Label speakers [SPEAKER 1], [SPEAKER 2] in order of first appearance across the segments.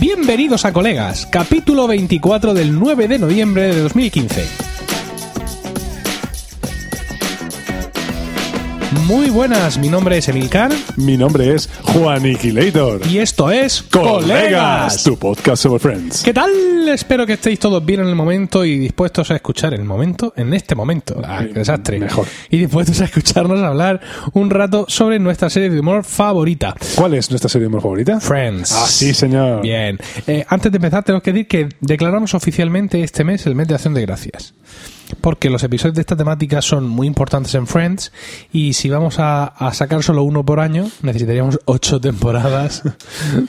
[SPEAKER 1] Bienvenidos a Colegas, capítulo 24 del 9 de noviembre de 2015. Muy buenas, mi nombre es Emilcar
[SPEAKER 2] Mi nombre es Juaniquilator.
[SPEAKER 1] y esto es
[SPEAKER 2] Tu podcast sobre Friends.
[SPEAKER 1] ¿Qué tal? Espero que estéis todos bien en el momento y dispuestos a escuchar el momento, en este momento. Ah, qué desastre.
[SPEAKER 2] mejor.
[SPEAKER 1] Y dispuestos a escucharnos hablar un rato sobre nuestra serie de humor favorita.
[SPEAKER 2] ¿Cuál es nuestra serie de humor favorita?
[SPEAKER 1] Friends.
[SPEAKER 2] Ah, sí, señor.
[SPEAKER 1] Bien. Eh, antes de empezar, tenemos que decir que declaramos oficialmente este mes el mes de acción de gracias. Porque los episodios de esta temática son muy importantes en Friends y si vamos a, a sacar solo uno por año, necesitaríamos ocho temporadas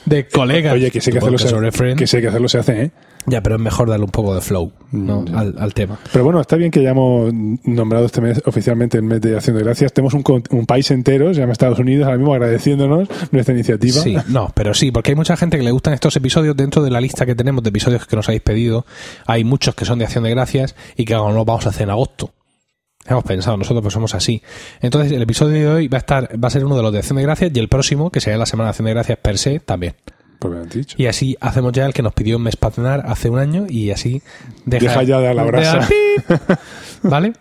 [SPEAKER 1] de colegas.
[SPEAKER 2] Oye, que sé que
[SPEAKER 1] Tu
[SPEAKER 2] hacerlo
[SPEAKER 1] podcast
[SPEAKER 2] se,
[SPEAKER 1] sobre Friends.
[SPEAKER 2] que sé que hacerlo se hace, ¿eh?
[SPEAKER 1] Ya, pero es mejor darle un poco de flow
[SPEAKER 2] Mm,
[SPEAKER 1] ¿no? al, al tema.
[SPEAKER 2] Pero bueno, está bien que hayamos nombrado este mes oficialmente el mes de Acción de Gracias. Tenemos un, con- un país entero, se llama Estados Unidos, ahora mismo agradeciéndonos nuestra iniciativa.
[SPEAKER 1] Sí, no, pero sí, porque hay mucha gente que le gustan estos episodios dentro de la lista que tenemos de episodios que nos habéis pedido. Hay muchos que son de acción de gracias y que aún no los vamos a hacer en agosto. Hemos pensado, nosotros pues somos así. Entonces, el episodio de hoy va a estar, va a ser uno de los de acción de gracias y el próximo, que será la semana de acción de gracias per se, también.
[SPEAKER 2] Pues me han dicho.
[SPEAKER 1] Y así hacemos ya el que nos pidió Mespacenar hace un año y así
[SPEAKER 2] Deja ya de dar la brasa.
[SPEAKER 1] deja- ¿Vale?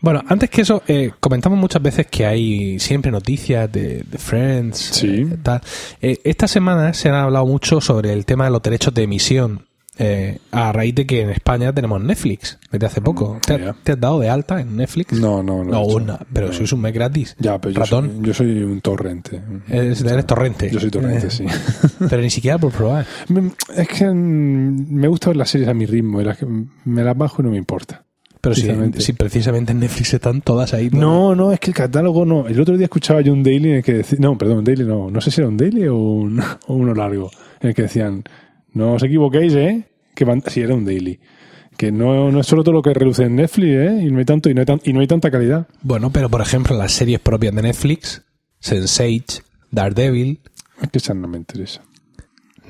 [SPEAKER 1] Bueno, antes que eso, eh, comentamos muchas veces que hay siempre noticias de, de Friends.
[SPEAKER 2] Sí.
[SPEAKER 1] eh, tal. Eh, esta semana se han hablado mucho sobre el tema de los derechos de emisión. eh, a raíz de que en España tenemos Netflix desde hace poco. ¿Te,
[SPEAKER 2] Mm, ya.
[SPEAKER 1] te has dado de alta en Netflix?
[SPEAKER 2] No, no, no.
[SPEAKER 1] No,
[SPEAKER 2] he hecho.
[SPEAKER 1] una, pero si es un mes gratis.
[SPEAKER 2] Ya, pero yo
[SPEAKER 1] Ratón. Eh.
[SPEAKER 2] soy, yo soy un torrente.
[SPEAKER 1] Eres, eres torrente.
[SPEAKER 2] Yo soy torrente, sí.
[SPEAKER 1] pero ni siquiera por probar.
[SPEAKER 2] Me- Es que mm, me gusta ver las series a mi ritmo, y las que me las bajo y no me importa.
[SPEAKER 1] Pero si,
[SPEAKER 2] Precisamente.
[SPEAKER 1] si precisamente en Netflix están todas ahí. ¿no?
[SPEAKER 2] No, no, es que el catálogo no. El otro día escuchaba yo un daily en el que decía, no, perdón, un daily no, no sé si era un daily o, un- o uno largo, en el que decían, no os equivoquéis, ¿eh? Que van- sí, era un daily. Que no, no es solo todo lo que reluce en Netflix, ¿eh? Y no hay, tanto, y, no hay tan- y no hay tanta calidad.
[SPEAKER 1] Bueno, pero por ejemplo, las series propias de Netflix, Sense8, Daredevil.
[SPEAKER 2] Es que esa no me interesa.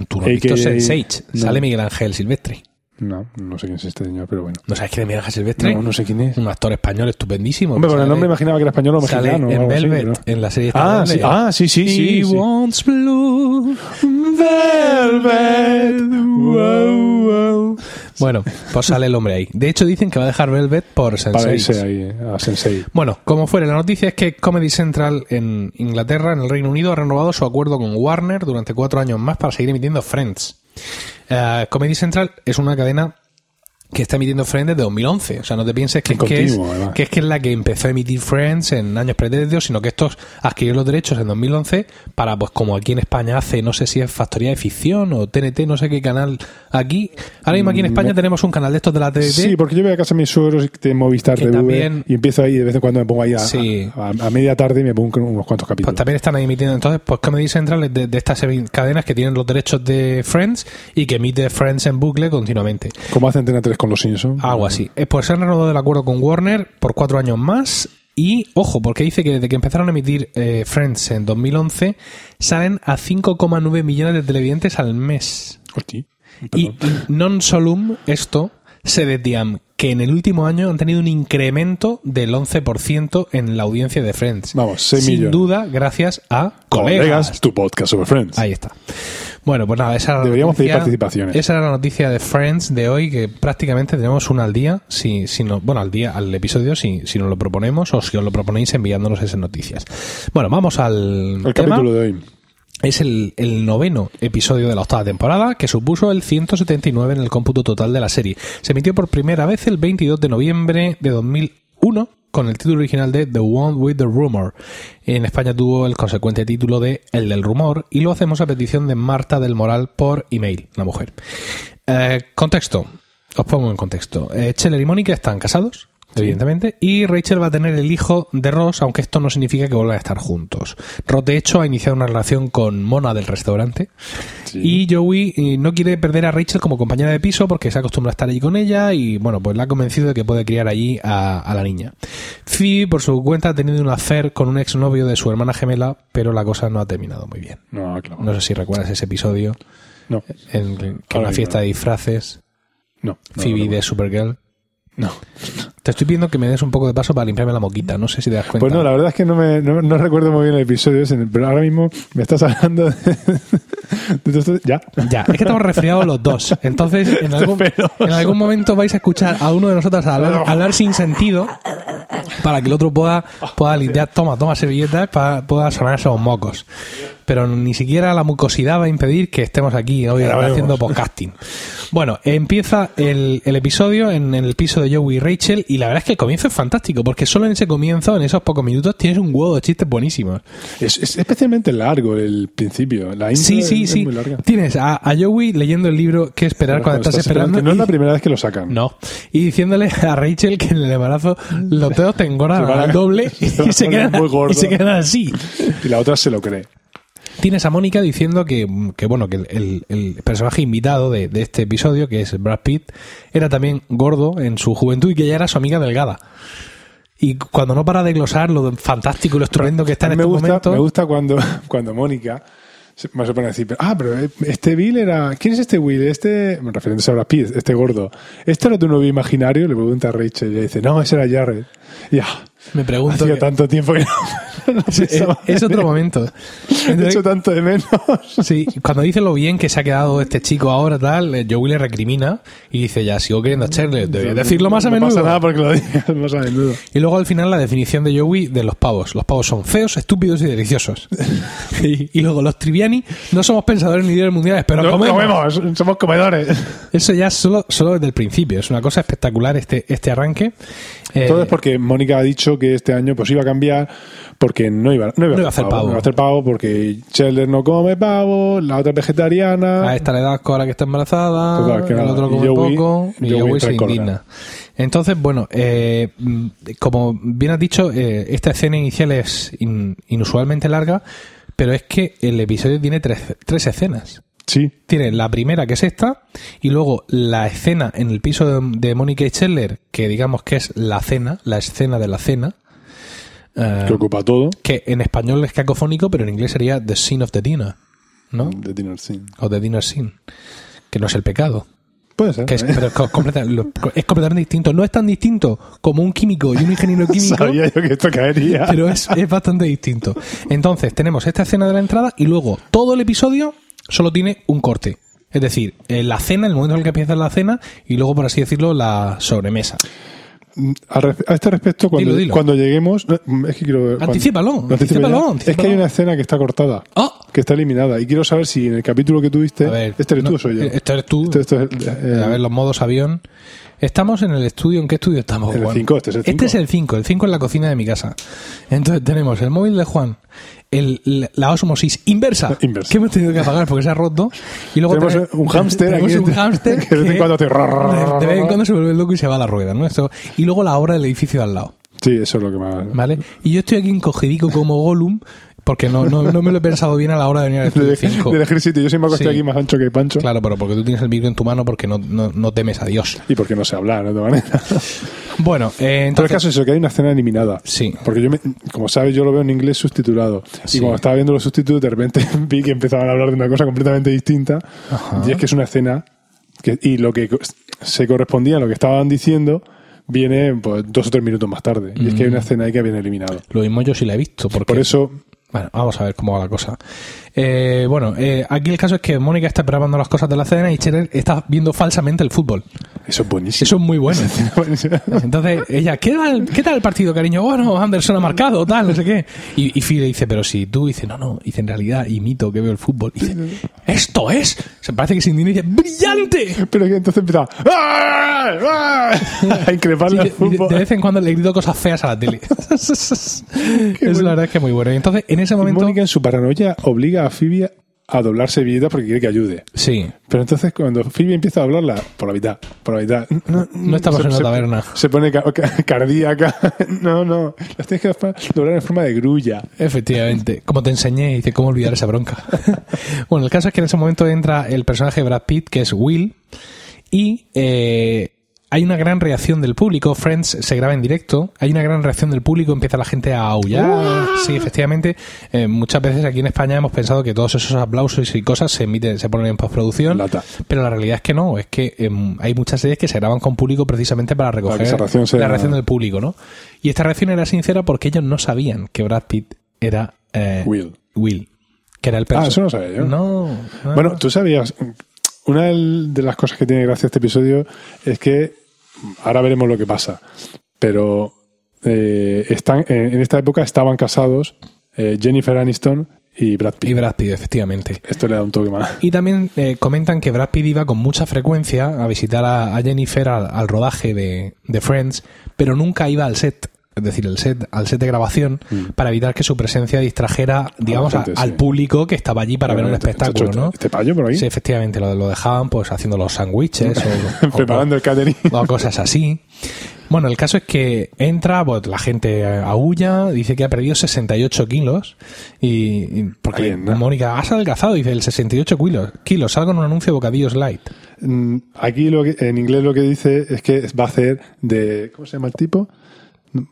[SPEAKER 1] Tú no has visto
[SPEAKER 2] AKA,
[SPEAKER 1] Sense8.
[SPEAKER 2] no.
[SPEAKER 1] Sale Miguel Ángel Silvestre.
[SPEAKER 2] No, no sé quién es este señor, pero bueno.
[SPEAKER 1] ¿No sabes quién es Miguel Ángel Silvestre?
[SPEAKER 2] No, no sé quién es.
[SPEAKER 1] Un actor español estupendísimo.
[SPEAKER 2] Hombre,
[SPEAKER 1] que
[SPEAKER 2] con el
[SPEAKER 1] sale-
[SPEAKER 2] nombre imaginaba que era español o
[SPEAKER 1] Sale
[SPEAKER 2] mexicano. o
[SPEAKER 1] en
[SPEAKER 2] algo así,
[SPEAKER 1] Velvet,
[SPEAKER 2] pero-
[SPEAKER 1] en la serie esta
[SPEAKER 2] Ah,
[SPEAKER 1] de
[SPEAKER 2] sí,
[SPEAKER 1] Velvet.
[SPEAKER 2] ah, sí, sí, sí.
[SPEAKER 1] He
[SPEAKER 2] sí.
[SPEAKER 1] wants blue.
[SPEAKER 2] Velvet, wow, wow.
[SPEAKER 1] Bueno, pues sale el hombre ahí. De hecho, dicen que va a dejar Velvet por
[SPEAKER 2] Para
[SPEAKER 1] Sense8.
[SPEAKER 2] irse ahí, eh, a Sensei.
[SPEAKER 1] Bueno, como fuere, la noticia es que Comedy Central en Inglaterra, en el Reino Unido, ha renovado su acuerdo con Warner durante cuatro años más para seguir emitiendo Friends. Eh, Comedy Central es una cadena que está emitiendo Friends desde 2011. O sea, no te pienses que, es que es,
[SPEAKER 2] Continuo, además.
[SPEAKER 1] que es que es la que empezó a emitir Friends en años pretéritos, sino que estos adquirieron los derechos en 2011 para, pues como aquí en España hace, no sé si es Factoría de Ficción o TNT, no sé qué canal. Aquí, ahora mismo aquí en España tenemos un canal de estos de la TNT.
[SPEAKER 2] Mm, Sí, porque yo voy a casa de mis suegros y te Movistar
[SPEAKER 1] Que
[SPEAKER 2] TV
[SPEAKER 1] también-
[SPEAKER 2] y empiezo ahí de vez en cuando me pongo ahí a,
[SPEAKER 1] Sí.
[SPEAKER 2] a- a media tarde y me pongo unos cuantos
[SPEAKER 1] Pues
[SPEAKER 2] capítulos.
[SPEAKER 1] también están ahí emitiendo entonces pues Comedy Central es de, de estas evi- cadenas que tienen los derechos de Friends y que emite Friends en bucle continuamente.
[SPEAKER 2] Como hace Antena 3 con los Simpsons.
[SPEAKER 1] Algo así. Eh, Pues se han renovado el acuerdo con Warner por cuatro años más y, ojo, porque dice que desde que empezaron a emitir eh, Friends en 2011 salen a 5,9 millones de televidentes al mes.
[SPEAKER 2] Hosti,
[SPEAKER 1] Y
[SPEAKER 2] perdón.
[SPEAKER 1] non solum esto se decían que en el último año han tenido un incremento del 11% en la audiencia de Friends.
[SPEAKER 2] Vamos, 6
[SPEAKER 1] Sin
[SPEAKER 2] millones.
[SPEAKER 1] duda, gracias a colegas.
[SPEAKER 2] Colegas, tu podcast sobre Friends.
[SPEAKER 1] Ahí está. Bueno, pues nada, esa era la
[SPEAKER 2] Deberíamos pedir
[SPEAKER 1] noticia-
[SPEAKER 2] participaciones.
[SPEAKER 1] Esa era la noticia de Friends de hoy, que prácticamente tenemos una al día, si, si no, bueno, al día, al episodio, si, si nos lo proponemos o si os lo proponéis enviándonos esas noticias. Bueno, vamos al
[SPEAKER 2] El
[SPEAKER 1] tema.
[SPEAKER 2] capítulo de hoy.
[SPEAKER 1] Es el, el noveno episodio de la octava temporada, que supuso el 179 en el cómputo total de la serie. Se emitió por primera vez el 22 de noviembre de 2001 con el título original de The One with the Rumor. En España tuvo el consecuente título de El del Rumor y lo hacemos a petición de Marta del Moral por email, la mujer. Eh, contexto. Os pongo en contexto. Eh, Scheller y Mónica están casados, evidentemente, y Rachel va a tener el hijo de Ross, aunque esto no significa que vuelvan a estar juntos. Ross, de hecho, ha iniciado una relación con Mona del restaurante
[SPEAKER 2] Sí.
[SPEAKER 1] y Joey eh, no quiere perder a Rachel como compañera de piso porque se acostumbra a estar allí con ella y, bueno, pues la ha convencido de que puede criar allí a, a la niña. Phoebe, por su cuenta, ha tenido un affair con un exnovio de su hermana gemela, pero la cosa no ha terminado muy bien.
[SPEAKER 2] No, claro.
[SPEAKER 1] No sé si recuerdas ese episodio
[SPEAKER 2] No,
[SPEAKER 1] en que en una
[SPEAKER 2] Ahora mismo
[SPEAKER 1] fiesta
[SPEAKER 2] no.
[SPEAKER 1] de disfraces
[SPEAKER 2] no. Pues no,
[SPEAKER 1] Phoebe
[SPEAKER 2] no,
[SPEAKER 1] de Supergirl.
[SPEAKER 2] no.
[SPEAKER 1] Te estoy pidiendo que me des un poco de paso para limpiarme la moquita. No sé si te das cuenta.
[SPEAKER 2] Pues no, la verdad es que no, me, no, no recuerdo muy bien el episodio ese, pero ahora mismo me estás hablando de... de todo esto- ya.
[SPEAKER 1] Ya, es que estamos resfriados los dos. Entonces, en algún,
[SPEAKER 2] Pero-
[SPEAKER 1] en algún momento vais a escuchar a uno de nosotros hablar, hablar sin sentido para que el otro pueda, pueda limpiar, toma, toma servilletas, para pueda sonar esos mocos. Pero ni siquiera la mucosidad va a impedir que estemos aquí hoy
[SPEAKER 2] Grabemos.
[SPEAKER 1] haciendo podcasting. Bueno, empieza el, el episodio en, el piso de Joey y Rachel y la verdad es que el comienzo es fantástico porque solo en ese comienzo, en esos pocos minutos, tienes un huevo de chistes buenísimos.
[SPEAKER 2] Es, es especialmente largo el principio. La intro
[SPEAKER 1] Sí,
[SPEAKER 2] es-
[SPEAKER 1] sí,
[SPEAKER 2] es
[SPEAKER 1] sí.
[SPEAKER 2] muy larga.
[SPEAKER 1] Tienes a, a Joey leyendo el libro que esperar cuando estás esperando?
[SPEAKER 2] que No es
[SPEAKER 1] y-
[SPEAKER 2] la primera vez que lo sacan.
[SPEAKER 1] No. Y diciéndole a Rachel que en el embarazo los dedos te engordan
[SPEAKER 2] Se van a-
[SPEAKER 1] al doble y
[SPEAKER 2] se van a
[SPEAKER 1] se,
[SPEAKER 2] poner
[SPEAKER 1] quedan,
[SPEAKER 2] muy gordos.
[SPEAKER 1] y se quedan así.
[SPEAKER 2] Y la otra se lo cree.
[SPEAKER 1] Tienes a Mónica diciendo que, que bueno, que el, el- el personaje invitado de, de este episodio, que es Brad Pitt, era también gordo en su juventud y que ella era su amiga delgada. Y cuando no para de glosar lo fantástico y lo estupendo que está en
[SPEAKER 2] me,
[SPEAKER 1] este
[SPEAKER 2] gusta,
[SPEAKER 1] momento.
[SPEAKER 2] me gusta cuando, cuando Mónica se- me se pone a decir, ah, pero este Bill era... ¿Quién es este Will? Este, refiriéndose a Brad Pitt, este gordo. ¿Este era tu novio imaginario? Le pregunta a Rachel y le dice, no, ese era Jared. Ya,
[SPEAKER 1] Me pregunto.
[SPEAKER 2] hacía
[SPEAKER 1] que-
[SPEAKER 2] tanto tiempo que no, no
[SPEAKER 1] es,
[SPEAKER 2] pensaba
[SPEAKER 1] es
[SPEAKER 2] en
[SPEAKER 1] otro
[SPEAKER 2] él.
[SPEAKER 1] momento. ¿eh?
[SPEAKER 2] He
[SPEAKER 1] Entonces-
[SPEAKER 2] hecho tanto de menos.
[SPEAKER 1] Sí, cuando dice lo bien que se ha quedado este chico ahora, tal, eh, Joey le recrimina y dice, ya, sigo queriendo a Charles, debería decirlo más a
[SPEAKER 2] No pasa nada
[SPEAKER 1] menudo.
[SPEAKER 2] porque lo digas más a menudo.
[SPEAKER 1] Y luego al final la definición de Joey de los pavos. Los pavos son feos, estúpidos y deliciosos. Y, y luego los triviani no somos pensadores ni líderes mundiales, pero
[SPEAKER 2] No
[SPEAKER 1] comemos.
[SPEAKER 2] comemos, somos comedores.
[SPEAKER 1] Eso ya solo, solo desde el principio. Es una cosa espectacular este, este arranque. Eh,
[SPEAKER 2] Todo es porque Mónica ha dicho que este año pues iba a cambiar porque no iba, no iba,
[SPEAKER 1] No iba a hacer pavo.
[SPEAKER 2] No iba a hacer pavo porque Scheller no come pavo, la otra es vegetariana.
[SPEAKER 1] A esta le das ahora que está embarazada,
[SPEAKER 2] Ah. Total, que
[SPEAKER 1] el
[SPEAKER 2] nada.
[SPEAKER 1] otro
[SPEAKER 2] Y
[SPEAKER 1] come
[SPEAKER 2] Joey-
[SPEAKER 1] poco, y
[SPEAKER 2] Joey
[SPEAKER 1] Joey, se
[SPEAKER 2] recorda.
[SPEAKER 1] indigna. Entonces, bueno, eh, mm, como bien has dicho, eh, esta escena inicial es in- inusualmente larga, pero es que el episodio tiene tres, tres escenas.
[SPEAKER 2] Sí.
[SPEAKER 1] Tiene la primera, que es esta, y luego la escena en el piso de, de Mónica y Scheller, que digamos que es la cena, la escena de la cena. eh,
[SPEAKER 2] Que ocupa todo.
[SPEAKER 1] que en español es cacofónico, pero en inglés sería The Sin of the Dinner, ¿no?
[SPEAKER 2] De dinner scene.
[SPEAKER 1] o de Dinner Sin, que no es el pecado.
[SPEAKER 2] Puede ser.
[SPEAKER 1] Que es,
[SPEAKER 2] ¿eh?
[SPEAKER 1] pero es, co- completa- lo- es completamente distinto. No es tan distinto como un químico y un ingeniero químico,
[SPEAKER 2] Sabía yo que esto caería.
[SPEAKER 1] pero es, es bastante distinto. Entonces, tenemos esta escena de la entrada y luego todo el episodio solo tiene un corte. Es decir, eh, la cena, el momento en el que empieza la cena y luego, por así decirlo, la sobremesa.
[SPEAKER 2] A, re- a este respecto, cuando,
[SPEAKER 1] Dilo, dilo.
[SPEAKER 2] cuando lleguemos. no, mm, es que quiero. cuando-
[SPEAKER 1] Anticípalo,
[SPEAKER 2] No, anticipo
[SPEAKER 1] anticípalo,
[SPEAKER 2] ya. Es que
[SPEAKER 1] anticípalo.
[SPEAKER 2] hay una escena que está cortada.
[SPEAKER 1] ¡Oh!
[SPEAKER 2] Que está eliminada. Y quiero saber si en el capítulo que tuviste.
[SPEAKER 1] A ver,
[SPEAKER 2] este eres
[SPEAKER 1] no,
[SPEAKER 2] tú o soy yo.
[SPEAKER 1] Este eres tú.
[SPEAKER 2] Este- este es el- el-
[SPEAKER 1] a ver, los modos avión. Estamos en el estudio. ¿En qué estudio estamos,
[SPEAKER 2] En el
[SPEAKER 1] Juan?
[SPEAKER 2] cinco, este es el cinco.
[SPEAKER 1] Este es el 5. El 5 en la cocina de mi casa. Entonces tenemos el móvil de Juan, el, la- la osmosis inversa,
[SPEAKER 2] Inversa.
[SPEAKER 1] que hemos tenido que apagar porque se ha roto. Y luego
[SPEAKER 2] Tenemos
[SPEAKER 1] tenemos
[SPEAKER 2] un hámster
[SPEAKER 1] Tenemos
[SPEAKER 2] aquí
[SPEAKER 1] un
[SPEAKER 2] dentro,
[SPEAKER 1] hámster
[SPEAKER 2] que de vez en cuando hace ra, ra, ra, ra,
[SPEAKER 1] de vez en
[SPEAKER 2] ra.
[SPEAKER 1] cuando se vuelve loco y se va a la rueda. ¿no? Esto- y luego la obra del edificio al lado.
[SPEAKER 2] eh, Sí, eso es lo que más.
[SPEAKER 1] ¿Vale? Y yo estoy aquí encogidico como Gollum porque no, no, no me lo he pensado bien a la hora de venir al
[SPEAKER 2] Del,
[SPEAKER 1] estudio 5.
[SPEAKER 2] del ejército. Yo soy más
[SPEAKER 1] Sí.
[SPEAKER 2] estoy aquí más ancho que Pancho.
[SPEAKER 1] Claro, pero porque tú tienes el micro en tu mano porque no, no, no temes a Dios.
[SPEAKER 2] Y porque no sé hablar, ¿no? De manera.
[SPEAKER 1] Bueno, eh,
[SPEAKER 2] Pero el
[SPEAKER 1] entonces...
[SPEAKER 2] caso es eso, que hay una escena eliminada.
[SPEAKER 1] Sí.
[SPEAKER 2] Porque yo, me- como sabes, yo lo veo en inglés subtitulado.
[SPEAKER 1] Sí.
[SPEAKER 2] Y cuando estaba viendo los subtítulos, de repente vi que empezaban a hablar de una cosa completamente distinta. Y es que es una escena. Que, y lo que co- se correspondía a lo que estaban diciendo viene pues, dos o tres minutos más tarde. Y es que hay
[SPEAKER 1] Mm.
[SPEAKER 2] una escena ahí que viene eliminado.
[SPEAKER 1] Lo mismo yo sí la he visto. Porque,
[SPEAKER 2] Por eso,
[SPEAKER 1] Bueno, vamos a ver cómo va la cosa. Eh, bueno, eh, aquí el caso es que Mónica está preparando las cosas de la cena y Cheryl está viendo falsamente el fútbol.
[SPEAKER 2] eso es buenísimo.
[SPEAKER 1] Eso es muy bueno. Entonces ella, ¿qué tal, ¿qué tal el partido, cariño? Bueno, Anderson ha marcado, tal, no sé qué. Y, y Phil le dice, pero si tú, dice, no, no, dice, en realidad imito que veo el fútbol. Y dice, esto es, se parece que se indigna y dice, brillante.
[SPEAKER 2] Pero que entonces empezaba "¡Ah! ¡Ah!", a
[SPEAKER 1] Sí,
[SPEAKER 2] increparle
[SPEAKER 1] de,
[SPEAKER 2] al fútbol.
[SPEAKER 1] de vez en cuando le grito cosas feas a la tele. es la
[SPEAKER 2] bueno.
[SPEAKER 1] verdad es que muy bueno. Y entonces, en ese
[SPEAKER 2] Y
[SPEAKER 1] momento.
[SPEAKER 2] Mónica, en su paranoia, obliga a Phoebe a doblar servilletas porque quiere que ayude.
[SPEAKER 1] Sí.
[SPEAKER 2] Pero entonces cuando Phoebe empieza a hablarla, por la mitad, por la mitad. No,
[SPEAKER 1] No estamos en una taberna.
[SPEAKER 2] Se pone ca- ca- cardíaca. No, no. Las tienes que fa- doblar en forma de grulla.
[SPEAKER 1] Efectivamente. Como te enseñé, dice, ¿cómo olvidar esa bronca? bueno, el caso es que en ese momento entra el personaje de Brad Pitt, que es Will, y eh, Hay una gran reacción del público. Friends se graba en directo. Hay una gran reacción del público. Empieza la gente a aullar. Sí, efectivamente. eh, muchas veces aquí en España hemos pensado que todos esos aplausos y cosas se emiten, se ponen en postproducción.
[SPEAKER 2] Lata.
[SPEAKER 1] Pero la realidad es que no. Es que em, hay muchas series que se graban con público precisamente para recoger
[SPEAKER 2] esa reacción sea-
[SPEAKER 1] la reacción del público, ¿no? Y esta reacción era sincera porque ellos no sabían que Brad Pitt era eh,
[SPEAKER 2] Will.
[SPEAKER 1] Will, que era el
[SPEAKER 2] Ah,
[SPEAKER 1] personaje.
[SPEAKER 2] eso no sabía yo.
[SPEAKER 1] No. no.
[SPEAKER 2] Bueno, tú sabías, una del- de las cosas que tiene gracia este episodio es que, ahora veremos lo que pasa, pero eh, están, en, en esta época estaban casados eh, Jennifer Aniston y Brad
[SPEAKER 1] Y
[SPEAKER 2] Pitt.
[SPEAKER 1] Brad Pitt, efectivamente.
[SPEAKER 2] Esto le da un toque más.
[SPEAKER 1] Y también eh, comentan que Brad Pitt iba con mucha frecuencia a visitar a, a Jennifer al, al rodaje de, de Friends, pero nunca iba al set, es decir, el set, al set de grabación, para evitar que su presencia distrajera, digamos, a-
[SPEAKER 2] Mm. gente, sí.
[SPEAKER 1] al público que estaba allí para ver un
[SPEAKER 2] Este-
[SPEAKER 1] espectáculo,
[SPEAKER 2] este-
[SPEAKER 1] ¿no?
[SPEAKER 2] Este payo por ahí,
[SPEAKER 1] Sí, efectivamente, lo, lo dejaban pues haciendo los sándwiches o- o,
[SPEAKER 2] preparando el catering.
[SPEAKER 1] o cosas así. Bueno, el caso es que entra, pues, la gente eh, aúlla, dice que ha perdido 68 kilos y, y- porque
[SPEAKER 2] Bien, ¿no?
[SPEAKER 1] Mónica, has adelgazado, dice el 68 kilos, kilos, salgo en un anuncio de bocadillos light.
[SPEAKER 2] Mm, Aquí lo que, en inglés lo que dice es que va a hacer de... ¿Cómo se llama el tipo?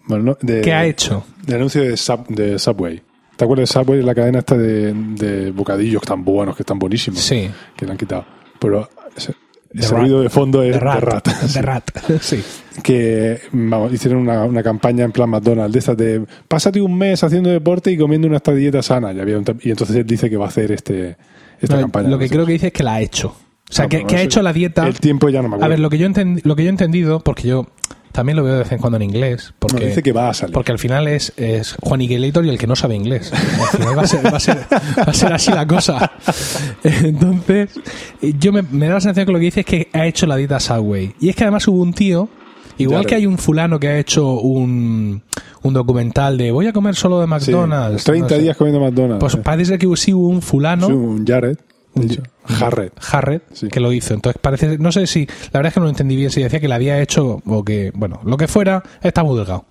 [SPEAKER 2] Bueno, no, de,
[SPEAKER 1] ¿Qué ha hecho?
[SPEAKER 2] De anuncio de, Sub- de Subway. ¿Te acuerdas de Subway? La cadena esta de, de bocadillos tan buenos, que están buenísimos.
[SPEAKER 1] Sí.
[SPEAKER 2] Que le han quitado. Pero ese,
[SPEAKER 1] The
[SPEAKER 2] ese
[SPEAKER 1] Rat.
[SPEAKER 2] ruido de fondo es
[SPEAKER 1] De rat.
[SPEAKER 2] de rat.
[SPEAKER 1] De rat. Sí.
[SPEAKER 2] que vamos, hicieron una, una campaña en plan McDonald's de estas de pásate un mes haciendo deporte y comiendo una esta dieta sana. Y, había un tem- y entonces él dice que va a hacer este, esta
[SPEAKER 1] No,
[SPEAKER 2] campaña.
[SPEAKER 1] lo que creo que dice es que la ha hecho. O sea,
[SPEAKER 2] No,
[SPEAKER 1] que,
[SPEAKER 2] pero
[SPEAKER 1] que ha
[SPEAKER 2] eso-
[SPEAKER 1] hecho la dieta.
[SPEAKER 2] El tiempo ya no me acuerdo.
[SPEAKER 1] A ver, lo que yo entend- lo que yo he entendido, porque yo también lo veo de vez en cuando en inglés,
[SPEAKER 2] No,
[SPEAKER 1] porque
[SPEAKER 2] dice que va a salir.
[SPEAKER 1] Porque al final es, es Juan Igletor y el que no sabe inglés. Al final va a ser, va a ser- va a ser así la cosa. Entonces, eh, yo me, me da la sensación que lo que dice es que ha hecho la dieta Subway. Y es que además hubo un tío, igual
[SPEAKER 2] Claro.
[SPEAKER 1] que hay un fulano que ha hecho un, un documental de voy a comer solo de
[SPEAKER 2] Sí,
[SPEAKER 1] McDonald's.
[SPEAKER 2] 30
[SPEAKER 1] no sé.
[SPEAKER 2] días comiendo McDonald's.
[SPEAKER 1] Pues
[SPEAKER 2] Eh.
[SPEAKER 1] parece que sí hubo un fulano.
[SPEAKER 2] Sí, un Jared.
[SPEAKER 1] Un-
[SPEAKER 2] dicho. Jared.
[SPEAKER 1] Harrett
[SPEAKER 2] Sí.
[SPEAKER 1] que lo hizo. Entonces parece, no sé si, la verdad es que no lo entendí bien, si decía que la había hecho o que, bueno, lo que fuera, está muy delgado.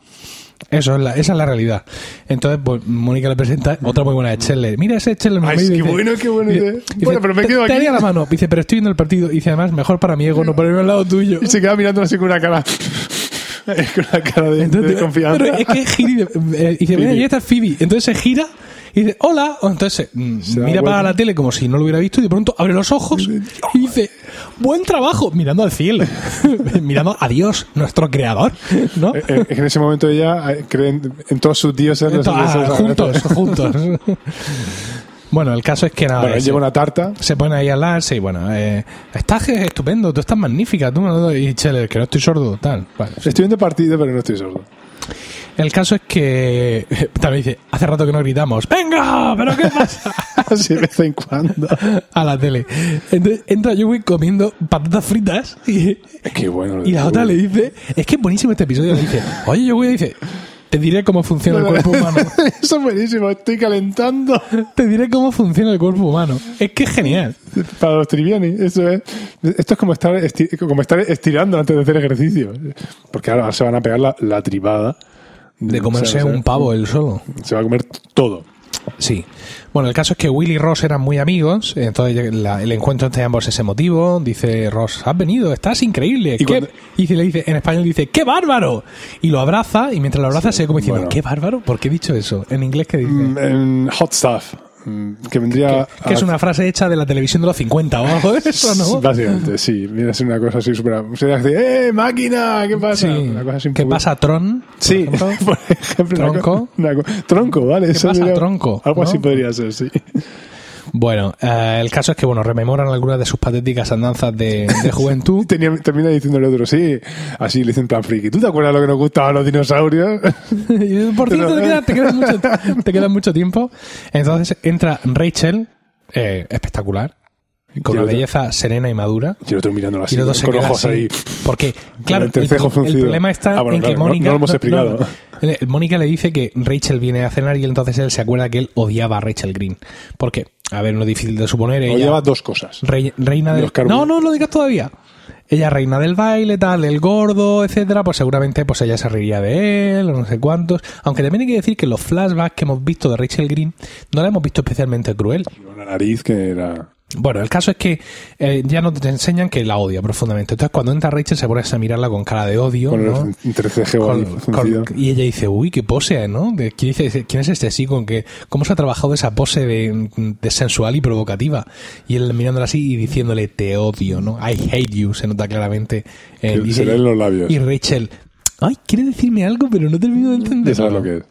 [SPEAKER 1] Eso es la, esa es la realidad. Entonces, pues, Mónica le presenta otra muy buena de Scheller. Mira ese Scheller. me
[SPEAKER 2] Ay,
[SPEAKER 1] mide",
[SPEAKER 2] qué
[SPEAKER 1] dice-
[SPEAKER 2] bueno, qué buena
[SPEAKER 1] dice-
[SPEAKER 2] idea.
[SPEAKER 1] dice,
[SPEAKER 2] Bueno, pero me
[SPEAKER 1] "Te-
[SPEAKER 2] quedo
[SPEAKER 1] Te
[SPEAKER 2] aquí".
[SPEAKER 1] haría la mano. Dice, pero estoy viendo el partido. Y dice, además, mejor para mi ego no ponerme al lado tuyo.
[SPEAKER 2] Y se queda mirando así con una cara. con una cara de, de desconfianza.
[SPEAKER 1] Pero es que es Giri. eh, dice, mira,
[SPEAKER 2] Phoebe.
[SPEAKER 1] ahí está Phoebe. Entonces se gira y dice, hola. O Entonces mm,
[SPEAKER 2] Se da
[SPEAKER 1] mira
[SPEAKER 2] vuelta.
[SPEAKER 1] para la tele como si no lo hubiera visto y de pronto abre los ojos y dice, buen trabajo, mirando al cielo. mirando a Dios, nuestro creador. ¿No?
[SPEAKER 2] Eh, eh, en ese momento ella eh, cree en, en todos sus dioses. los
[SPEAKER 1] Ah,
[SPEAKER 2] dioses
[SPEAKER 1] juntos, juntos. bueno, el caso es que nada.
[SPEAKER 2] Bueno, él
[SPEAKER 1] ese-
[SPEAKER 2] lleva una tarta.
[SPEAKER 1] se pone ahí a hablar, sí, bueno, eh, estás estupendo, tú estás magnífica, tú me y Chele, que no estoy sordo, tal. Vale,
[SPEAKER 2] Estoy viendo partido, pero no estoy sordo.
[SPEAKER 1] El caso es que también dice, hace rato que no gritamos, ¡Venga! ¿Pero qué pasa?
[SPEAKER 2] Así de vez en cuando.
[SPEAKER 1] A la tele. Entonces entra Joey comiendo patatas fritas y,
[SPEAKER 2] Qué bueno.
[SPEAKER 1] y la otra le dice, es que es buenísimo este episodio, le dice, oye Joey, dice, te diré cómo funciona el cuerpo humano.
[SPEAKER 2] Eso es buenísimo. Estoy calentando
[SPEAKER 1] Te diré cómo funciona el cuerpo humano. Es que es genial.
[SPEAKER 2] para los triviani. Eso es. Esto es como estar, esti- como estar estirando antes de hacer ejercicio. Porque ahora se van a pegar la, la tribada. Mm,
[SPEAKER 1] De comerse
[SPEAKER 2] O sea, o sea,
[SPEAKER 1] un pavo él solo.
[SPEAKER 2] Se va a comer todo.
[SPEAKER 1] Sí. Bueno, el caso es que Will y Ross eran muy amigos, entonces la- el encuentro entre ambos es emotivo. Dice Ross, has venido, estás increíble. ¿qué-"
[SPEAKER 2] cuando-
[SPEAKER 1] Y si le dice, en español dice, ¡qué bárbaro! Y lo abraza, y mientras lo abraza se ve como diciendo,
[SPEAKER 2] bueno.
[SPEAKER 1] ¿qué bárbaro? ¿Por qué he dicho eso? En inglés, ¿qué dice?
[SPEAKER 2] Mm, en hot stuff. mm, Que vendría.
[SPEAKER 1] que es
[SPEAKER 2] a-
[SPEAKER 1] una frase hecha de la televisión de los 50 o algo de eso, ¿no?
[SPEAKER 2] Básicamente, sí. Viene a ser una cosa así súper. Se hace, ¡eh, máquina! ¿Qué
[SPEAKER 1] Sí.
[SPEAKER 2] pasa? Una cosa así un
[SPEAKER 1] ¿Qué
[SPEAKER 2] poco-
[SPEAKER 1] pasa, Tron? por
[SPEAKER 2] Sí,
[SPEAKER 1] ejemplo?
[SPEAKER 2] por ejemplo. una
[SPEAKER 1] Tronco.
[SPEAKER 2] co- una co- tronco, vale. eso
[SPEAKER 1] pasa, tronco?
[SPEAKER 2] Algo así
[SPEAKER 1] ¿No?
[SPEAKER 2] podría ser, sí.
[SPEAKER 1] Bueno, eh, el caso es que, bueno, rememoran algunas de sus patéticas andanzas de, de juventud.
[SPEAKER 2] Tenía- termina diciéndole otro, sí. Así le dicen plan friki. ¿Tú te acuerdas lo que nos gustaban los dinosaurios?
[SPEAKER 1] Y, Por cierto,
[SPEAKER 2] Pero-
[SPEAKER 1] te queda, te queda mucho, te queda mucho tiempo. Entonces entra Rachel, eh, espectacular, con
[SPEAKER 2] Y el
[SPEAKER 1] una
[SPEAKER 2] otro-
[SPEAKER 1] belleza serena y madura.
[SPEAKER 2] Y el otro mirándolo
[SPEAKER 1] Y
[SPEAKER 2] así,
[SPEAKER 1] los
[SPEAKER 2] con
[SPEAKER 1] dos se
[SPEAKER 2] con
[SPEAKER 1] quedan
[SPEAKER 2] ojos
[SPEAKER 1] así,
[SPEAKER 2] ahí.
[SPEAKER 1] Porque, claro, el,
[SPEAKER 2] entrecejo
[SPEAKER 1] el
[SPEAKER 2] fruncido.
[SPEAKER 1] problema está
[SPEAKER 2] Ah, bueno,
[SPEAKER 1] en que
[SPEAKER 2] claro, no-
[SPEAKER 1] Mónica.
[SPEAKER 2] no lo hemos explicado.
[SPEAKER 1] Eh, Mónica le dice que Rachel viene a cenar y entonces él se acuerda que él odiaba a Rachel Green. Porque, a ver, no es difícil de suponer. Ella,
[SPEAKER 2] Odiaba dos cosas.
[SPEAKER 1] Rey- reina del
[SPEAKER 2] Los carbu-
[SPEAKER 1] no no lo digas todavía ella reina del baile tal el gordo etcétera pues seguramente pues ella se reiría de él o no sé cuántos aunque también hay que decir que los flashbacks que hemos visto de Rachel Green no la hemos visto especialmente cruel
[SPEAKER 2] Una nariz que era.
[SPEAKER 1] Bueno, el caso es que eh, ya no te enseñan que la odia profundamente. Entonces, cuando entra Rachel, se pone a mirarla con cara de odio.
[SPEAKER 2] Con
[SPEAKER 1] ¿no?
[SPEAKER 2] el 13G o
[SPEAKER 1] Con-
[SPEAKER 2] algo
[SPEAKER 1] con-
[SPEAKER 2] fundido.
[SPEAKER 1] y ella dice, uy, qué pose, ¿no? De- ¿Quién, dice- quién es este así? Con que, ¿Cómo se ha trabajado esa pose de, de sensual y provocativa? Y él mirándola así y diciéndole, te odio, ¿no? I hate you, se nota claramente. Eh,
[SPEAKER 2] Que
[SPEAKER 1] y,
[SPEAKER 2] se
[SPEAKER 1] ella-
[SPEAKER 2] leen los labios.
[SPEAKER 1] y Rachel, ay, quiere decirme algo, pero no termino de entender.
[SPEAKER 2] Ya sabes lo que es.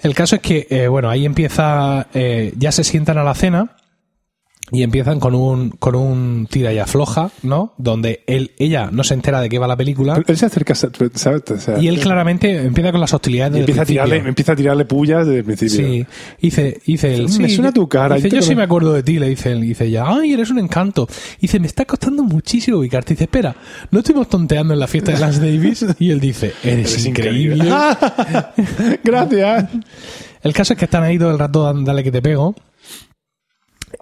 [SPEAKER 1] El caso es que, eh, bueno, ahí empieza, eh, ya se sientan a la cena y empiezan con un, con un tira y afloja, ¿no? Donde él, ella no se entera de qué va la película.
[SPEAKER 2] Pero él se acerca, se- ¿sabes? O sea,
[SPEAKER 1] Ah. Y él claramente empieza con las hostilidades
[SPEAKER 2] Eh, y
[SPEAKER 1] del
[SPEAKER 2] empieza a,
[SPEAKER 1] principio.
[SPEAKER 2] tirarle, empieza a tirarle pullas desde el principio.
[SPEAKER 1] Sí, dice, dice él.
[SPEAKER 2] Me
[SPEAKER 1] sí,
[SPEAKER 2] suena tu cara,
[SPEAKER 1] Dice,
[SPEAKER 2] yo te
[SPEAKER 1] yo sí
[SPEAKER 2] conozco".
[SPEAKER 1] me acuerdo de ti, le dice él. Dice ella, ay, eres un encanto. Dice, me está costando muchísimo ubicarte. Dice, espera, ¿no estuvimos tonteando en la fiesta de Lance Davis? Y él dice, eres,
[SPEAKER 2] Es
[SPEAKER 1] increíble.
[SPEAKER 2] increíble. Gracias.
[SPEAKER 1] El caso es que están ahí todo el rato, dan- dale que te pego.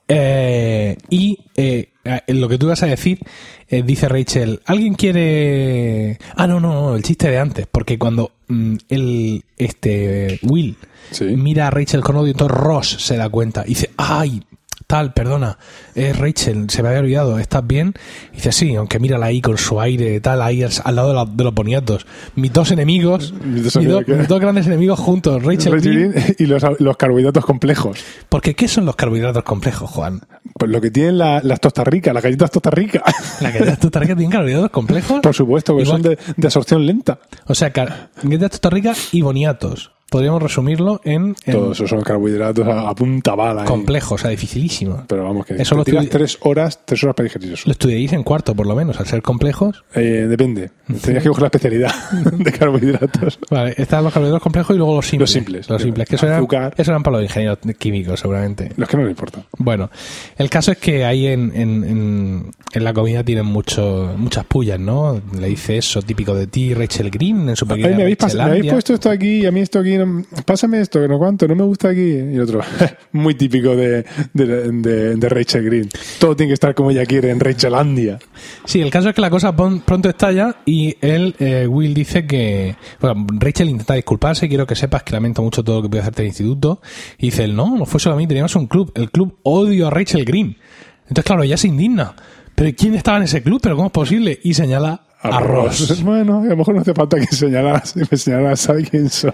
[SPEAKER 1] Eh, y eh, eh, lo que tú vas a decir, eh, dice Rachel, ¿alguien quiere...? Ah, no, no, no, el chiste de antes, porque cuando mm, el, este, Will
[SPEAKER 2] Sí.
[SPEAKER 1] mira a Rachel con odio, entonces Ross se da cuenta y dice, ay, tal, perdona, es Rachel, se me había olvidado, ¿estás bien? Y dice, sí, aunque mírala ahí con su aire, tal, ahí al, al lado de, la- de los boniatos. Mis dos enemigos,
[SPEAKER 2] Mis
[SPEAKER 1] mis
[SPEAKER 2] dos
[SPEAKER 1] dos,
[SPEAKER 2] enemigos que-
[SPEAKER 1] mis dos grandes enemigos juntos, Rachel Green
[SPEAKER 2] Rachel Green y los, los carbohidratos complejos.
[SPEAKER 1] porque ¿qué son los carbohidratos complejos, Juan?
[SPEAKER 2] Pues lo que tienen la- las tostas ricas, las galletas tostas ricas.
[SPEAKER 1] ¿La galletas tu tarjeta tienen carbohidratos complejos?
[SPEAKER 2] Por supuesto, que
[SPEAKER 1] Igual
[SPEAKER 2] son de, de absorción lenta.
[SPEAKER 1] O sea, car- galletas Costa Rica y boniatos. Podríamos resumirlo en, en
[SPEAKER 2] Todos esos son carbohidratos a, a punta bala. ¿eh?
[SPEAKER 1] complejos, o sea, dificilísimo.
[SPEAKER 2] Pero vamos, que
[SPEAKER 1] Eso
[SPEAKER 2] te
[SPEAKER 1] lo
[SPEAKER 2] tiras
[SPEAKER 1] estudi-
[SPEAKER 2] tres horas, tres horas para digerir eso.
[SPEAKER 1] Lo estudiaréis en cuarto, por lo menos, al ser complejos.
[SPEAKER 2] Eh, depende. Tenías que coger la especialidad de carbohidratos.
[SPEAKER 1] Vale, están los carbohidratos complejos y luego los simples.
[SPEAKER 2] Los simples.
[SPEAKER 1] Los simples, que eso eran,
[SPEAKER 2] Azúcar.
[SPEAKER 1] eso eran para los ingenieros químicos, seguramente.
[SPEAKER 2] Los que no le importan.
[SPEAKER 1] Bueno, el caso es que ahí en, en- en- en la comida tienen mucho, muchas pullas, ¿no? Le dice eso, típico de ti, Rachel Green, en su
[SPEAKER 2] Ay,
[SPEAKER 1] pequeña
[SPEAKER 2] me, habéis pas- me habéis
[SPEAKER 1] Rachelandia.
[SPEAKER 2] puesto esto aquí y a mí esto aquí. no- pásame esto, que no cuánto, no me gusta aquí. Y otro, muy típico de, de, de- de Rachel Green. Todo tiene que estar como ella quiere en Rachelandia.
[SPEAKER 1] Sí, el caso es que la cosa pon- pronto estalla y él, eh, Will, dice que. Bueno, Rachel intenta disculparse, quiero que sepas que lamento mucho todo lo que pude hacerte en el instituto. Y dice él, no, no fue solo a mí, teníamos un club. El club odio a Rachel Green. Entonces, claro, ella se indigna. ¿Pero quién estaba en ese club? ¿Pero cómo es posible? Y señala a Ross.
[SPEAKER 2] Bueno, a lo mejor no hace falta que señalaras, me señalaras, ¿sabes quién soy?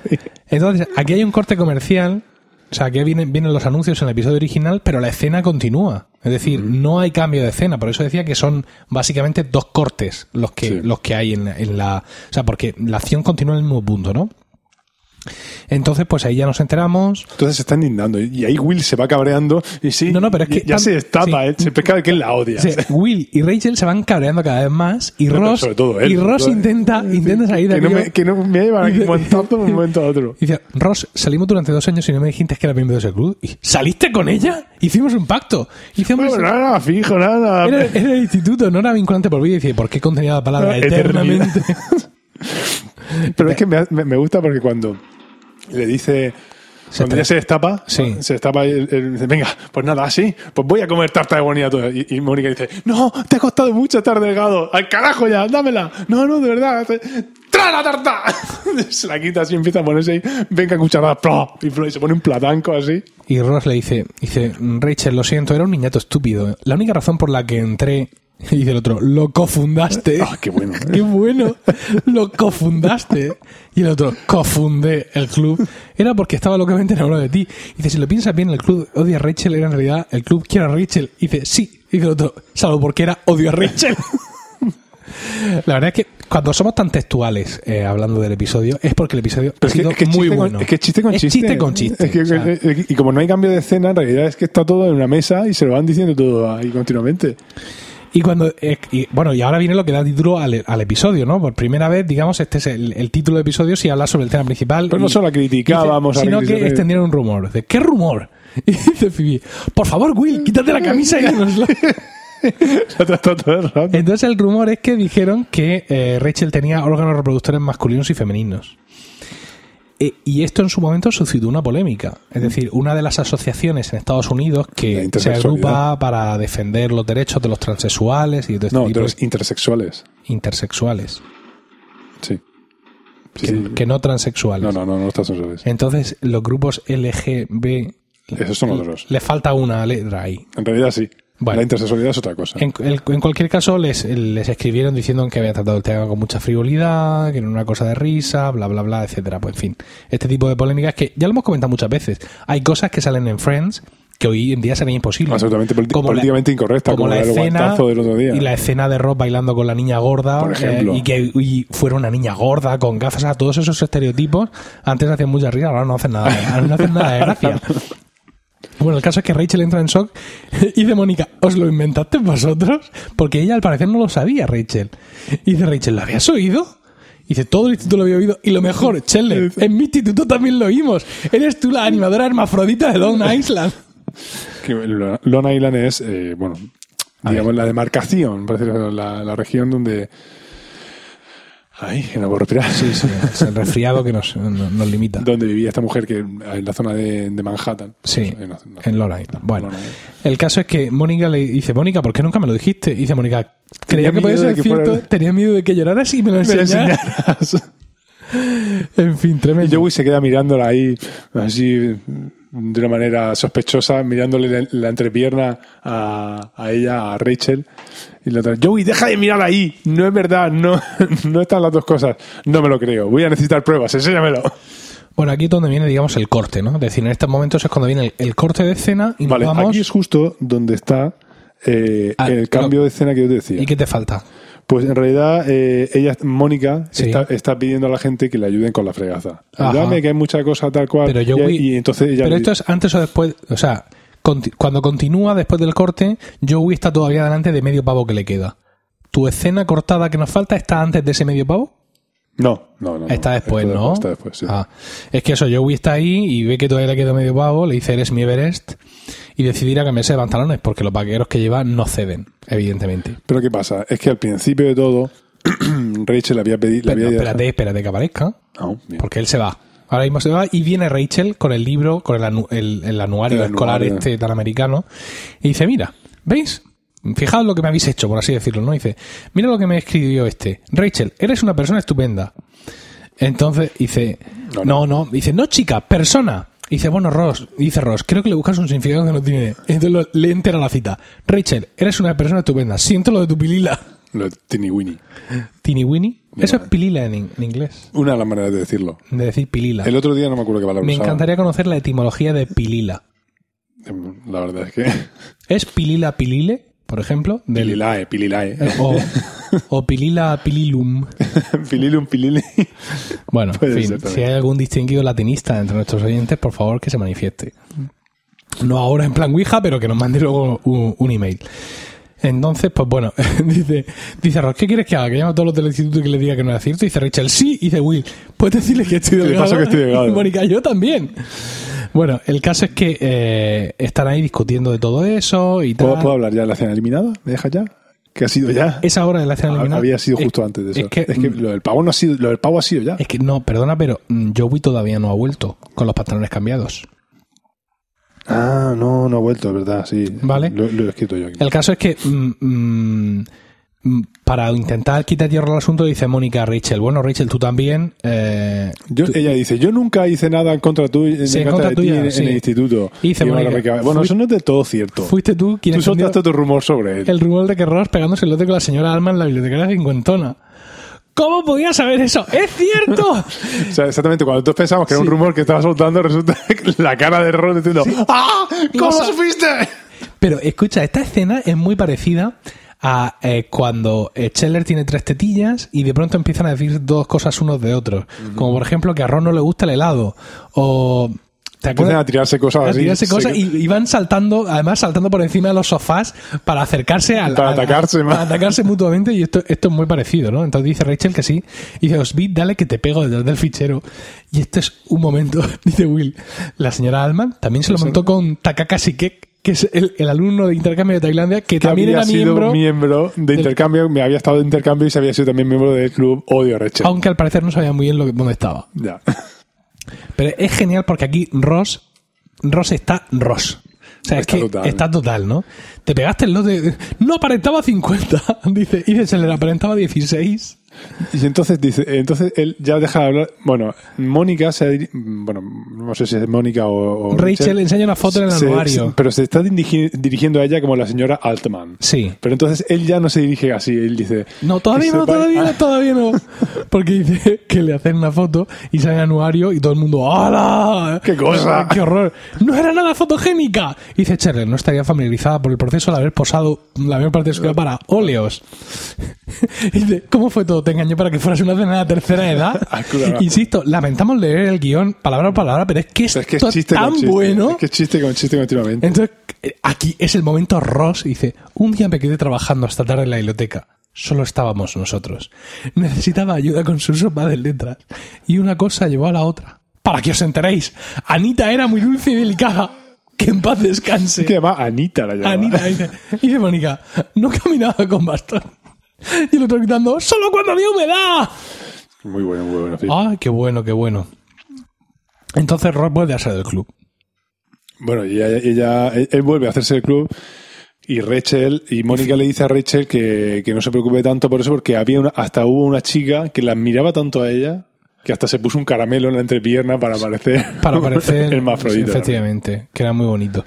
[SPEAKER 1] Entonces, aquí hay un corte comercial. O sea, aquí vienen, vienen los anuncios en el episodio original, pero la escena continúa. Es decir, no hay cambio de escena. Por eso decía que son básicamente dos cortes los que,
[SPEAKER 2] Sí.
[SPEAKER 1] los que hay en, la- en la. O sea, porque la acción continúa en el mismo punto, ¿no? Entonces, pues ahí ya nos enteramos.
[SPEAKER 2] Entonces se está indignando y ahí Will se va cabreando y sí,
[SPEAKER 1] No, no, pero es que
[SPEAKER 2] ya
[SPEAKER 1] tam-
[SPEAKER 2] se destapa,
[SPEAKER 1] sí.
[SPEAKER 2] ¿eh? se pesca de que él la odia.
[SPEAKER 1] O sea, Will y Rachel se van cabreando cada vez más y
[SPEAKER 2] No, pero
[SPEAKER 1] Ross,
[SPEAKER 2] sobre todo él,
[SPEAKER 1] y
[SPEAKER 2] sobre
[SPEAKER 1] Ross
[SPEAKER 2] todo él.
[SPEAKER 1] intenta, intenta salir de
[SPEAKER 2] que, no
[SPEAKER 1] aquello.
[SPEAKER 2] me, que no me llevan aquí
[SPEAKER 1] Dice-
[SPEAKER 2] montando de un momento a otro.
[SPEAKER 1] Y Dice, Ross, salimos durante dos años y no me dijiste que era miembro de ese club. Y, ¿Saliste con ella? Hicimos un pacto. Hice, hombre,
[SPEAKER 2] Bueno, nada, fijo, nada.
[SPEAKER 1] Era, era el instituto, no era vinculante por vida. Y dice, ¿por qué contenía la palabra
[SPEAKER 2] Eternidad.
[SPEAKER 1] eternamente?
[SPEAKER 2] Pero es que me, me- me gusta porque cuando le dice. cuando
[SPEAKER 1] te-
[SPEAKER 2] ya se destapa,
[SPEAKER 1] Sí.
[SPEAKER 2] se destapa y él- él dice, venga, pues nada, así, pues voy a comer tarta de boniato. Y, y Mónica dice, no, te ha costado mucho estar delgado, al carajo ya, dámela. No, no, de verdad, te- trae la tarta. se la quita así, empieza a ponerse ahí, venga, cucharada, ¡pro! y, pro- y se pone un platanco así.
[SPEAKER 1] Y Ross le dice, dice, Rachel, lo siento, era un niñato estúpido. La única razón por la que entré, y dice el otro, lo cofundaste.
[SPEAKER 2] Ah, qué bueno.
[SPEAKER 1] qué bueno, lo cofundaste. Y el otro, cofundé el club. Era porque estaba locamente enamorado de ti. Y dice, si lo piensas bien, el club odia a Rachel, era en realidad el club quiere a Rachel. Y dice, sí. Y dice el otro, salvo porque era odio a Rachel. La verdad es que cuando somos tan textuales eh, hablando del episodio, es porque el episodio ha
[SPEAKER 2] Pero es que,
[SPEAKER 1] sido
[SPEAKER 2] es que
[SPEAKER 1] muy
[SPEAKER 2] chiste con-
[SPEAKER 1] bueno.
[SPEAKER 2] es que chiste con
[SPEAKER 1] Es
[SPEAKER 2] chiste.
[SPEAKER 1] con chiste.
[SPEAKER 2] Es que-
[SPEAKER 1] o sea.
[SPEAKER 2] es que- y como no hay cambio de escena, en realidad es que está todo en una mesa y se lo van diciendo todo ahí continuamente.
[SPEAKER 1] Y cuando eh, y, bueno, y ahora viene lo que da título al, al episodio, ¿no? Por primera vez, digamos, este es el, el título del episodio si habla sobre el tema principal.
[SPEAKER 2] Pero no
[SPEAKER 1] y-
[SPEAKER 2] solo criticábamos
[SPEAKER 1] dice-
[SPEAKER 2] a
[SPEAKER 1] sino que este
[SPEAKER 2] Rachel.
[SPEAKER 1] extendieron un rumor. Dice, ¿qué rumor? Y dice Phoebe, por favor, Will, quítate la camisa y dínoslo.
[SPEAKER 2] Se ha tratado todo el rato.
[SPEAKER 1] Entonces el rumor es que dijeron que eh, Rachel tenía órganos reproductores masculinos y femeninos. E- y esto en su momento suscitó una polémica. Es decir, una de las asociaciones en Estados Unidos
[SPEAKER 2] La
[SPEAKER 1] que se
[SPEAKER 2] intersexualidad.
[SPEAKER 1] agrupa para defender los derechos de los transexuales y de todo este
[SPEAKER 2] No,
[SPEAKER 1] tipo
[SPEAKER 2] de
[SPEAKER 1] de
[SPEAKER 2] los intersexuales.
[SPEAKER 1] intersexuales.
[SPEAKER 2] Sí.
[SPEAKER 1] que,
[SPEAKER 2] Sí, sí.
[SPEAKER 1] que no transexuales.
[SPEAKER 2] No, no, no, no los transexuales.
[SPEAKER 1] Entonces, los grupos LGB
[SPEAKER 2] Esos son otros.
[SPEAKER 1] le falta una letra ahí.
[SPEAKER 2] En realidad sí.
[SPEAKER 1] Bueno.
[SPEAKER 2] La intersexualidad es otra cosa.
[SPEAKER 1] En, el- en cualquier caso, les, les escribieron diciendo que había tratado el tema con mucha frivolidad, que era una cosa de risa, bla, bla, bla, etcétera. Pues, en fin, este tipo de polémicas que ya lo hemos comentado muchas veces. Hay cosas que salen en Friends que hoy en día serían imposibles.
[SPEAKER 2] Absolutamente politi-
[SPEAKER 1] Como la-
[SPEAKER 2] políticamente incorrecta, como, la del guantazo del otro día.
[SPEAKER 1] y la escena de Ross bailando con la niña gorda
[SPEAKER 2] Por ejemplo.
[SPEAKER 1] eh, y que y fuera una niña gorda con gafas, o sea, todos esos estereotipos antes hacían mucha risa, ahora no hacen nada, de- ahora no hacen nada de gracia. Bueno, el caso es que Rachel entra en shock y dice Mónica, ¿os lo inventaste vosotros? Porque ella al parecer no lo sabía, Rachel. Y dice Rachel, ¿lo habías oído? Y dice, todo el instituto lo había oído. Y lo mejor, Chandler, en mi instituto también lo oímos. Eres tú la animadora hermafrodita de Long Island.
[SPEAKER 2] Que Lo- Long Island es, eh, bueno, digamos la demarcación, por decirlo, la, la región donde... Ay, que no puedo respirar.
[SPEAKER 1] Sí, sí, es el resfriado que nos, nos- nos limita.
[SPEAKER 2] Donde vivía esta mujer que en la zona de, de Manhattan.
[SPEAKER 1] Sí,
[SPEAKER 2] En la- en la-
[SPEAKER 1] en Lorraine. Bueno,
[SPEAKER 2] Long Island.
[SPEAKER 1] el caso es que Mónica le dice, Mónica, ¿por qué nunca me lo dijiste? Y dice Mónica, creía
[SPEAKER 2] Tenía
[SPEAKER 1] que podía
[SPEAKER 2] miedo de
[SPEAKER 1] ser
[SPEAKER 2] que
[SPEAKER 1] cierto,
[SPEAKER 2] fuera-
[SPEAKER 1] tenía miedo de que lloraras y me lo
[SPEAKER 2] Me lo
[SPEAKER 1] enseñaras.
[SPEAKER 2] enseñaras.
[SPEAKER 1] En fin,
[SPEAKER 2] Y
[SPEAKER 1] tremendo.
[SPEAKER 2] Joey se queda mirándola ahí, así, de una manera sospechosa, mirándole la, la entrepierna a, a ella, a Rachel. Y la otra, Joey, deja de mirar ahí. No es verdad, no, no están las dos cosas. No me lo creo. Voy a necesitar pruebas, enséñamelo.
[SPEAKER 1] Bueno, aquí es donde viene, digamos, el corte, ¿no? Es decir, en estos momentos es cuando viene el, el corte de escena y nos
[SPEAKER 2] Vale,
[SPEAKER 1] vamos.
[SPEAKER 2] aquí es justo donde está eh,
[SPEAKER 1] Ah,
[SPEAKER 2] el cambio
[SPEAKER 1] lo-
[SPEAKER 2] de escena que yo te decía.
[SPEAKER 1] ¿Y qué te falta?
[SPEAKER 2] Pues en realidad, eh, ella, Mónica,
[SPEAKER 1] Sí.
[SPEAKER 2] está, está pidiendo a la gente que le ayuden con la fregaza.
[SPEAKER 1] Ajá.
[SPEAKER 2] Ayúdame, que hay mucha cosa tal cual.
[SPEAKER 1] Pero yo
[SPEAKER 2] y,
[SPEAKER 1] voy-
[SPEAKER 2] y entonces ella
[SPEAKER 1] Pero
[SPEAKER 2] le-
[SPEAKER 1] esto es antes o después, o sea, conti- cuando continúa después del corte, Joey está todavía delante de medio pavo que le queda. ¿Tu escena cortada que nos falta está antes de ese medio pavo?
[SPEAKER 2] No, no, no. no.
[SPEAKER 1] Está después,
[SPEAKER 2] Esto
[SPEAKER 1] ¿no?
[SPEAKER 2] Está después, sí.
[SPEAKER 1] Ah, es que eso, Joey está ahí y ve que todavía le queda medio pavo, le dice, eres mi Everest, y decide ir a cambiarse de pantalones, porque los vaqueros que lleva no ceden, evidentemente.
[SPEAKER 2] Pero ¿qué pasa? Es que al principio de todo, Rachel había Ah, oh, pedido...
[SPEAKER 1] Pero espérate, espérate que aparezca, porque él se va. Ahora mismo se va y viene Rachel con el libro, con el, anu- el- el anuario
[SPEAKER 2] El
[SPEAKER 1] escolar
[SPEAKER 2] anuario.
[SPEAKER 1] este tan americano, y dice, mira, ¿veis? Fijaos lo que me habéis hecho, por así decirlo, ¿no? Dice, mira lo que me escribió este. Rachel, eres una persona estupenda. Entonces dice,
[SPEAKER 2] No,
[SPEAKER 1] no, no, dice, no chica, persona. Dice, bueno, Ross, dice Ross, creo que le buscas un significado que no tiene. Entonces lo- le entera la cita. Rachel, eres una persona estupenda. Siento lo de tu pilila.
[SPEAKER 2] Lo de Tiny Winnie.
[SPEAKER 1] Tini Winnie.
[SPEAKER 2] Mira.
[SPEAKER 1] Eso es pilila en, in- en inglés.
[SPEAKER 2] Una de las maneras de decirlo.
[SPEAKER 1] De decir pilila.
[SPEAKER 2] El otro día no me acuerdo qué palabra
[SPEAKER 1] Me
[SPEAKER 2] usaba.
[SPEAKER 1] encantaría conocer la etimología de pilila.
[SPEAKER 2] Em, La verdad es que...
[SPEAKER 1] ¿Es pilila pilile, por ejemplo? Del-
[SPEAKER 2] Pililae, pililae.
[SPEAKER 1] o, o pilila pililum.
[SPEAKER 2] Pililum, pilili.
[SPEAKER 1] Bueno,
[SPEAKER 2] Puede
[SPEAKER 1] en fin,
[SPEAKER 2] ser también.
[SPEAKER 1] si hay algún distinguido latinista entre nuestros oyentes, por favor que se manifieste. No ahora en plan Ouija, pero que nos mande luego un, un email. Entonces, pues bueno, dice, dice Ross, ¿qué quieres que haga? Que llame a todos los del instituto y que le diga que no es cierto. Dice Rachel, sí. Y dice Will, puedes decirle que estoy
[SPEAKER 2] le
[SPEAKER 1] delgado.
[SPEAKER 2] pasa que estoy delgado.
[SPEAKER 1] Y Mónica, yo también. Bueno, el caso es que eh, están ahí discutiendo de todo eso y tal.
[SPEAKER 2] ¿Puedo, puedo hablar ya de la escena eliminada? ¿Me dejas ya? ¿Qué ha sido ya?
[SPEAKER 1] Esa hora de la escena eliminada-
[SPEAKER 2] Había sido
[SPEAKER 1] es-
[SPEAKER 2] justo antes de eso.
[SPEAKER 1] Es que, mm.
[SPEAKER 2] lo del pavo no ha sido... Lo del pavo ha sido ya.
[SPEAKER 1] Es que no, perdona, pero mm, Joey todavía no ha vuelto con los pantalones cambiados.
[SPEAKER 2] Ah, no, no ha vuelto, es verdad, sí.
[SPEAKER 1] Vale.
[SPEAKER 2] Lo, lo he escrito yo aquí.
[SPEAKER 1] El caso es que mm, mm, mm, para intentar quitar hierro al asunto dice Mónica a Rachel, bueno Rachel, tú también. eh,
[SPEAKER 2] Yo- ella dice, yo nunca hice nada en contra, tu, en
[SPEAKER 1] Sí, en
[SPEAKER 2] contra
[SPEAKER 1] contra
[SPEAKER 2] de ti
[SPEAKER 1] tuya,
[SPEAKER 2] en,
[SPEAKER 1] sí.
[SPEAKER 2] en el instituto.
[SPEAKER 1] Y dice
[SPEAKER 2] Y bueno,
[SPEAKER 1] Mónica,
[SPEAKER 2] Rebeca, bueno,
[SPEAKER 1] fui-
[SPEAKER 2] eso no es de todo cierto.
[SPEAKER 1] fuiste tú quien
[SPEAKER 2] Tú
[SPEAKER 1] encendió
[SPEAKER 2] soltaste tu rumor sobre él.
[SPEAKER 1] el rumor de que Ross pegándose el lote con la señora Alma en la bibliotecaria cincuentona. ¿Cómo podías saber eso? ¡Es cierto!
[SPEAKER 2] O sea, exactamente, cuando todos pensamos que era un
[SPEAKER 1] Sí.
[SPEAKER 2] rumor que estaba soltando, resulta que la cara de error diciendo, ¡Ah! ¿Cómo
[SPEAKER 1] Lo sa-
[SPEAKER 2] supiste?
[SPEAKER 1] Pero escucha, esta escena es muy parecida a eh, cuando eh, Scheller tiene tres tetillas y de pronto empiezan a decir dos cosas unos de otros. Como por ejemplo que a Ron no le gusta el helado. O. ¿Te
[SPEAKER 2] Empiezan
[SPEAKER 1] acuerdas?
[SPEAKER 2] a tirarse cosas
[SPEAKER 1] A
[SPEAKER 2] así.
[SPEAKER 1] tirarse cosas
[SPEAKER 2] se-
[SPEAKER 1] y, y van saltando, además saltando por encima de los sofás para acercarse al.
[SPEAKER 2] Para
[SPEAKER 1] al-
[SPEAKER 2] atacarse,
[SPEAKER 1] al-
[SPEAKER 2] más.
[SPEAKER 1] Para atacarse mutuamente y esto, esto es muy parecido, ¿no? Entonces dice Rachel que sí. Y dice, Osbit, dale que te pego detrás del fichero. Y este es un momento, dice Will. La señora Alman también se lo montó con Takaka Sikek, que es el, el alumno de intercambio de Tailandia, que,
[SPEAKER 2] que
[SPEAKER 1] también
[SPEAKER 2] había
[SPEAKER 1] era
[SPEAKER 2] sido
[SPEAKER 1] miembro.
[SPEAKER 2] miembro de intercambio, me había estado de intercambio y se había sido también miembro del club Odio Reche.
[SPEAKER 1] Aunque al parecer no sabía muy bien lo que- dónde estaba.
[SPEAKER 2] Ya.
[SPEAKER 1] Pero es genial porque aquí Ross, Ross está Ross. O sea,
[SPEAKER 2] Está
[SPEAKER 1] es que
[SPEAKER 2] total.
[SPEAKER 1] está total, ¿no? Te pegaste el lote. No aparentaba 50, dice. Y se le aparentaba 16.
[SPEAKER 2] Y entonces dice, entonces él ya deja de hablar. Bueno, Mónica se ha diri- bueno, no sé si es Mónica o, o
[SPEAKER 1] Rachel enseña una foto en el
[SPEAKER 2] se- se-
[SPEAKER 1] anuario.
[SPEAKER 2] pero se está dirigi- dirigiendo a ella como la señora Altman.
[SPEAKER 1] Sí.
[SPEAKER 2] Pero entonces él ya no se dirige así, él dice.
[SPEAKER 1] No, todavía
[SPEAKER 2] que
[SPEAKER 1] no,
[SPEAKER 2] sepa-
[SPEAKER 1] todavía no,
[SPEAKER 2] Ah,
[SPEAKER 1] todavía no. Porque dice que le hacen una foto y sale el anuario y todo el mundo ¡Hala!
[SPEAKER 2] ¡Qué cosa!
[SPEAKER 1] ¡Qué horror! ¡No era nada fotogénica! Y dice Cherry, no estaría familiarizada por el proceso de haber posado la mayor parte de su vida para óleos. Y dice, ¿cómo fue todo? ¿Te engañó para que fueras una cena de la tercera edad?
[SPEAKER 2] Ah, claro.
[SPEAKER 1] Insisto, lamentamos leer el guión palabra por palabra, pero es que esto
[SPEAKER 2] pero es que es chiste
[SPEAKER 1] tan
[SPEAKER 2] con chiste.
[SPEAKER 1] bueno.
[SPEAKER 2] Es que es chiste con chiste continuamente.
[SPEAKER 1] Entonces, eh, aquí es el momento Ross y dice, un día me quedé trabajando hasta tarde en la biblioteca. Solo estábamos nosotros. Necesitaba ayuda con su sopa de letras. Y una cosa llevó a la otra. Para que os enteréis, Anita era muy dulce y delicada. Que en paz descanse.
[SPEAKER 2] Es que llama Anita la llamada.
[SPEAKER 1] Anita dice, dice Mónica, no caminaba con bastón. Y el otro gritando, solo cuando había humedad.
[SPEAKER 2] Muy bueno, muy bueno. sí.
[SPEAKER 1] Ay, qué bueno, qué bueno. Entonces Ross vuelve a ser del club.
[SPEAKER 2] Bueno, y ella, ella- él él vuelve a hacerse el club y Rachel y Mónica le dice a Rachel que, que no se preocupe tanto por eso porque había una- hasta hubo una chica que la miraba tanto a ella que hasta se puso un caramelo en la entrepierna para parecer
[SPEAKER 1] Para parecer...
[SPEAKER 2] el más
[SPEAKER 1] Efectivamente, que era muy bonito.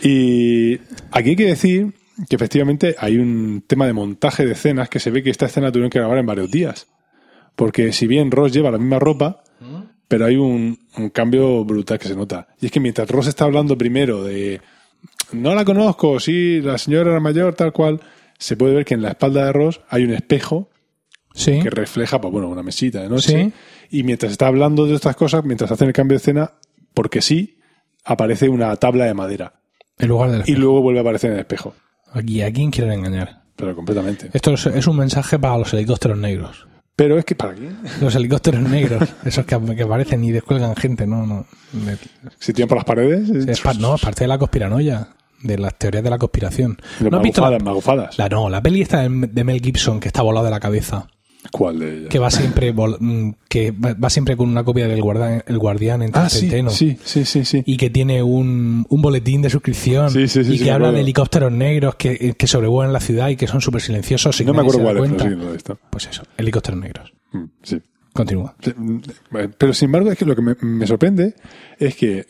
[SPEAKER 2] Y aquí hay que decir que efectivamente hay un tema de montaje de escenas que se ve que esta escena tuvieron que grabar en varios días. Porque si bien Ross lleva la misma ropa, pero hay un, un cambio brutal que se nota. Y es que mientras Ross está hablando primero de no la conozco, sí, la señora era mayor, tal cual, se puede ver que en la espalda de Ross hay un espejo
[SPEAKER 1] Sí.
[SPEAKER 2] que refleja, pues bueno, una mesita de noche.
[SPEAKER 1] Sí.
[SPEAKER 2] Y mientras está hablando de estas cosas, mientras hacen el cambio de escena, porque sí, aparece una tabla de madera
[SPEAKER 1] En lugar del
[SPEAKER 2] y luego vuelve a aparecer en el espejo.
[SPEAKER 1] Aquí, ¿a quién quieren engañar?
[SPEAKER 2] Pero completamente.
[SPEAKER 1] Esto es, es un mensaje para los helicópteros negros.
[SPEAKER 2] Pero es que para qué?
[SPEAKER 1] Los helicópteros negros, esos que, que aparecen y descuelgan gente, no, no. Le-
[SPEAKER 2] Si tiran por las paredes.
[SPEAKER 1] es pa- no, es parte de la conspiranoia, de las teorías de la conspiración.
[SPEAKER 2] Pero
[SPEAKER 1] ¿No has visto la,
[SPEAKER 2] magufadas, magufadas.
[SPEAKER 1] la- no, la peli esta de, de Mel Gibson que está volado de la cabeza,
[SPEAKER 2] ¿Cuál de ellas?
[SPEAKER 1] que va siempre vol- mm, que va va siempre con una copia del guarda- el guardián entre
[SPEAKER 2] Ah,
[SPEAKER 1] el
[SPEAKER 2] sí,
[SPEAKER 1] centeno.
[SPEAKER 2] sí, sí, sí, sí.
[SPEAKER 1] y que tiene un, un boletín de suscripción
[SPEAKER 2] Sí, sí, sí,
[SPEAKER 1] y
[SPEAKER 2] sí,
[SPEAKER 1] que
[SPEAKER 2] me
[SPEAKER 1] habla
[SPEAKER 2] acuerdo.
[SPEAKER 1] de helicópteros negros que, que sobrevuelan la ciudad y que son súper silenciosos. y
[SPEAKER 2] no me
[SPEAKER 1] nadie se
[SPEAKER 2] acuerdo
[SPEAKER 1] da
[SPEAKER 2] cuál es,
[SPEAKER 1] cuenta.
[SPEAKER 2] pero sí, no, esto.
[SPEAKER 1] Pues eso, helicópteros negros.
[SPEAKER 2] Mm, sí.
[SPEAKER 1] Continúa.
[SPEAKER 2] Sí, mm, Pero sin embargo, es que lo que me, me sorprende es que eh,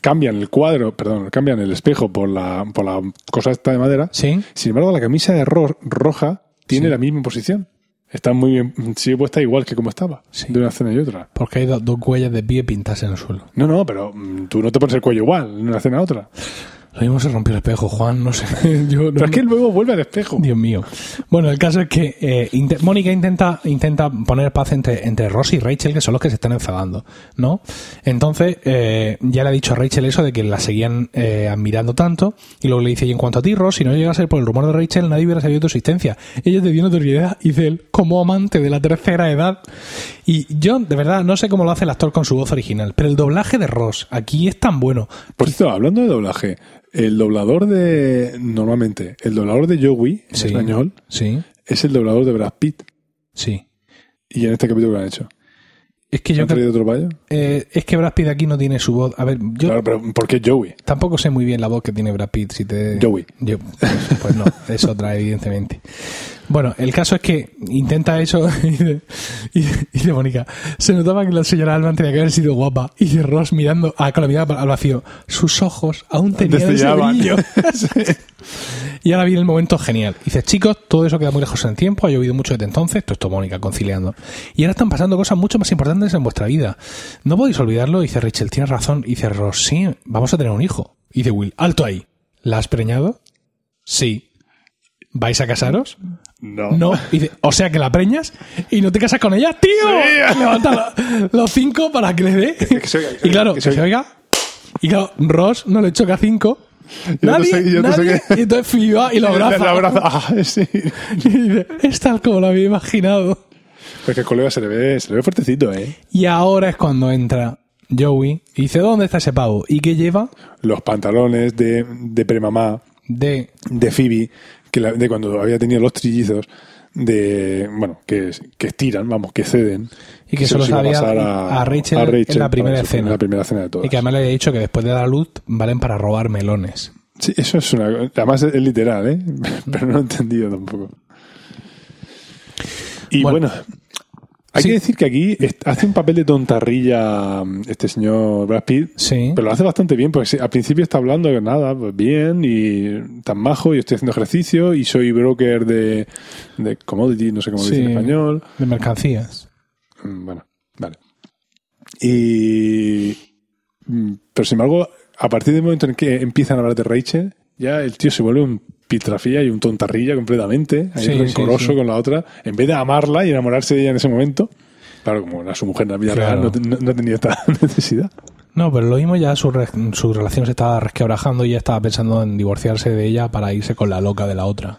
[SPEAKER 2] cambian el cuadro, perdón, cambian el espejo por la, por la cosa esta de madera.
[SPEAKER 1] Sí,
[SPEAKER 2] Sin embargo, la camisa de ro- roja tiene
[SPEAKER 1] Sí.
[SPEAKER 2] la misma posición. Está muy bien, sigue puesta igual que como estaba,
[SPEAKER 1] Sí.
[SPEAKER 2] de una escena y otra.
[SPEAKER 1] porque hay do- dos huellas de pie pintadas en el suelo.
[SPEAKER 2] No, no, pero mm, tú no te pones el cuello igual, de una escena a otra.
[SPEAKER 1] Lo mismo se rompió el espejo, Juan, no sé. Yo no-
[SPEAKER 2] Pero es que luego vuelve al espejo.
[SPEAKER 1] Dios mío. Bueno, el caso es que eh, inte- Mónica intenta, intenta poner paz entre, entre Ross y Rachel, que son los que se están enfadando, ¿no? Entonces, eh, ya le ha dicho a Rachel eso de que la seguían eh, admirando tanto, y luego le dice, y en cuanto a ti, Ross, si no llegase por el rumor de Rachel, nadie hubiera sabido tu existencia. Ella te dio notoriedad, dice él, como amante de la tercera edad. Y yo, de verdad, no sé cómo lo hace el actor con su voz original, pero el doblaje de Ross aquí es tan bueno.
[SPEAKER 2] Por cierto, hablando de doblaje, el doblador de. Normalmente, el doblador de Joey en
[SPEAKER 1] Sí.
[SPEAKER 2] español
[SPEAKER 1] Sí,
[SPEAKER 2] es el doblador de Brad Pitt.
[SPEAKER 1] sí.
[SPEAKER 2] Y en este capítulo que han hecho.
[SPEAKER 1] Es que yo
[SPEAKER 2] ¿Han
[SPEAKER 1] creo...
[SPEAKER 2] traído otro payo?
[SPEAKER 1] Eh, es que Brad Pitt aquí no tiene su voz. A ver, yo
[SPEAKER 2] Claro, pero ¿por qué Joey?
[SPEAKER 1] tampoco sé muy bien la voz que tiene Brad Pitt. Si te...
[SPEAKER 2] Joey.
[SPEAKER 1] Yo- pues, pues no, es otra, evidentemente. Bueno, el caso es que intenta eso y dice, y dice- y dice Mónica, se notaba que la señora Alba tenía que haber sido guapa. Y dice Ross mirando a, con la mirada al vacío, sus ojos aún tenían ese
[SPEAKER 2] Destellaban.
[SPEAKER 1] brillo. Y ahora viene el momento genial. Dices, chicos, todo eso queda muy lejos en el tiempo, ha llovido mucho desde entonces, esto está Mónica conciliando. Y ahora están pasando cosas mucho más importantes en vuestra vida. No podéis olvidarlo, dice Rachel, tienes razón. Dice Ross, sí, vamos a tener un hijo. Dice Will, alto ahí. ¿La has preñado? Sí. ¿Vais a casaros?
[SPEAKER 2] No.
[SPEAKER 1] No. Dice, o sea que la preñas y no te casas con ella, tío. Levanta lo- los cinco para que le dé.
[SPEAKER 2] que se oiga, que se
[SPEAKER 1] Y claro,
[SPEAKER 2] oiga, que se
[SPEAKER 1] que se oiga. Y claro, Ross no le choca cinco.
[SPEAKER 2] Yo no
[SPEAKER 1] Nadie,
[SPEAKER 2] sé- yo no sé
[SPEAKER 1] nadie,
[SPEAKER 2] qué-
[SPEAKER 1] y entonces Phoebe va y lo abraza.
[SPEAKER 2] La abraza. Ah, sí.
[SPEAKER 1] Y dice, es tal como lo había imaginado.
[SPEAKER 2] Pero es que el colega se le ve, se le ve fuertecito, ¿eh?
[SPEAKER 1] Y ahora es cuando entra Joey y dice, ¿dónde está ese pavo? ¿Y qué lleva?
[SPEAKER 2] Los pantalones de, de premamá,
[SPEAKER 1] De...
[SPEAKER 2] de Phoebe, que la- de cuando había tenido los trillizos, de. Bueno, que, que estiran, vamos, que ceden.
[SPEAKER 1] Y que
[SPEAKER 2] se
[SPEAKER 1] solo
[SPEAKER 2] los iba a
[SPEAKER 1] sabía
[SPEAKER 2] pasar
[SPEAKER 1] a Rachel en la primera
[SPEAKER 2] para su-
[SPEAKER 1] escena.
[SPEAKER 2] en la primera escena de todas.
[SPEAKER 1] Y que además le había dicho que después de dar a luz valen para robar melones.
[SPEAKER 2] Sí, eso es una. Además es literal, ¿eh? Pero no he entendido tampoco. Y
[SPEAKER 1] Bueno.
[SPEAKER 2] bueno, hay
[SPEAKER 1] Sí.
[SPEAKER 2] que decir que aquí est- hace un papel de tontarrilla mm, este señor Brad Pitt,
[SPEAKER 1] Sí.
[SPEAKER 2] pero lo hace bastante bien, porque se- al principio está hablando de nada, pues bien, y tan majo, y estoy haciendo ejercicio, y soy broker de, de commodity, no sé cómo lo
[SPEAKER 1] Sí.
[SPEAKER 2] dice en español.
[SPEAKER 1] De mercancías.
[SPEAKER 2] Mm, Bueno, vale. Y. mm, Pero sin embargo, a partir del momento en que empiezan a hablar de Rachel, ya el tío se vuelve un pitrafía y un tontarrilla completamente, ahí
[SPEAKER 1] Sí, sí,
[SPEAKER 2] rencoroso
[SPEAKER 1] sí.
[SPEAKER 2] con la otra, en vez de amarla y enamorarse de ella en ese momento. Claro, como era su mujer en la vida
[SPEAKER 1] Claro.
[SPEAKER 2] real, no te- no, no tenía esta necesidad.
[SPEAKER 1] No, pero lo mismo ya su, re- su relación se estaba resquebrajando y ya estaba pensando en divorciarse de ella para irse con la loca de la otra.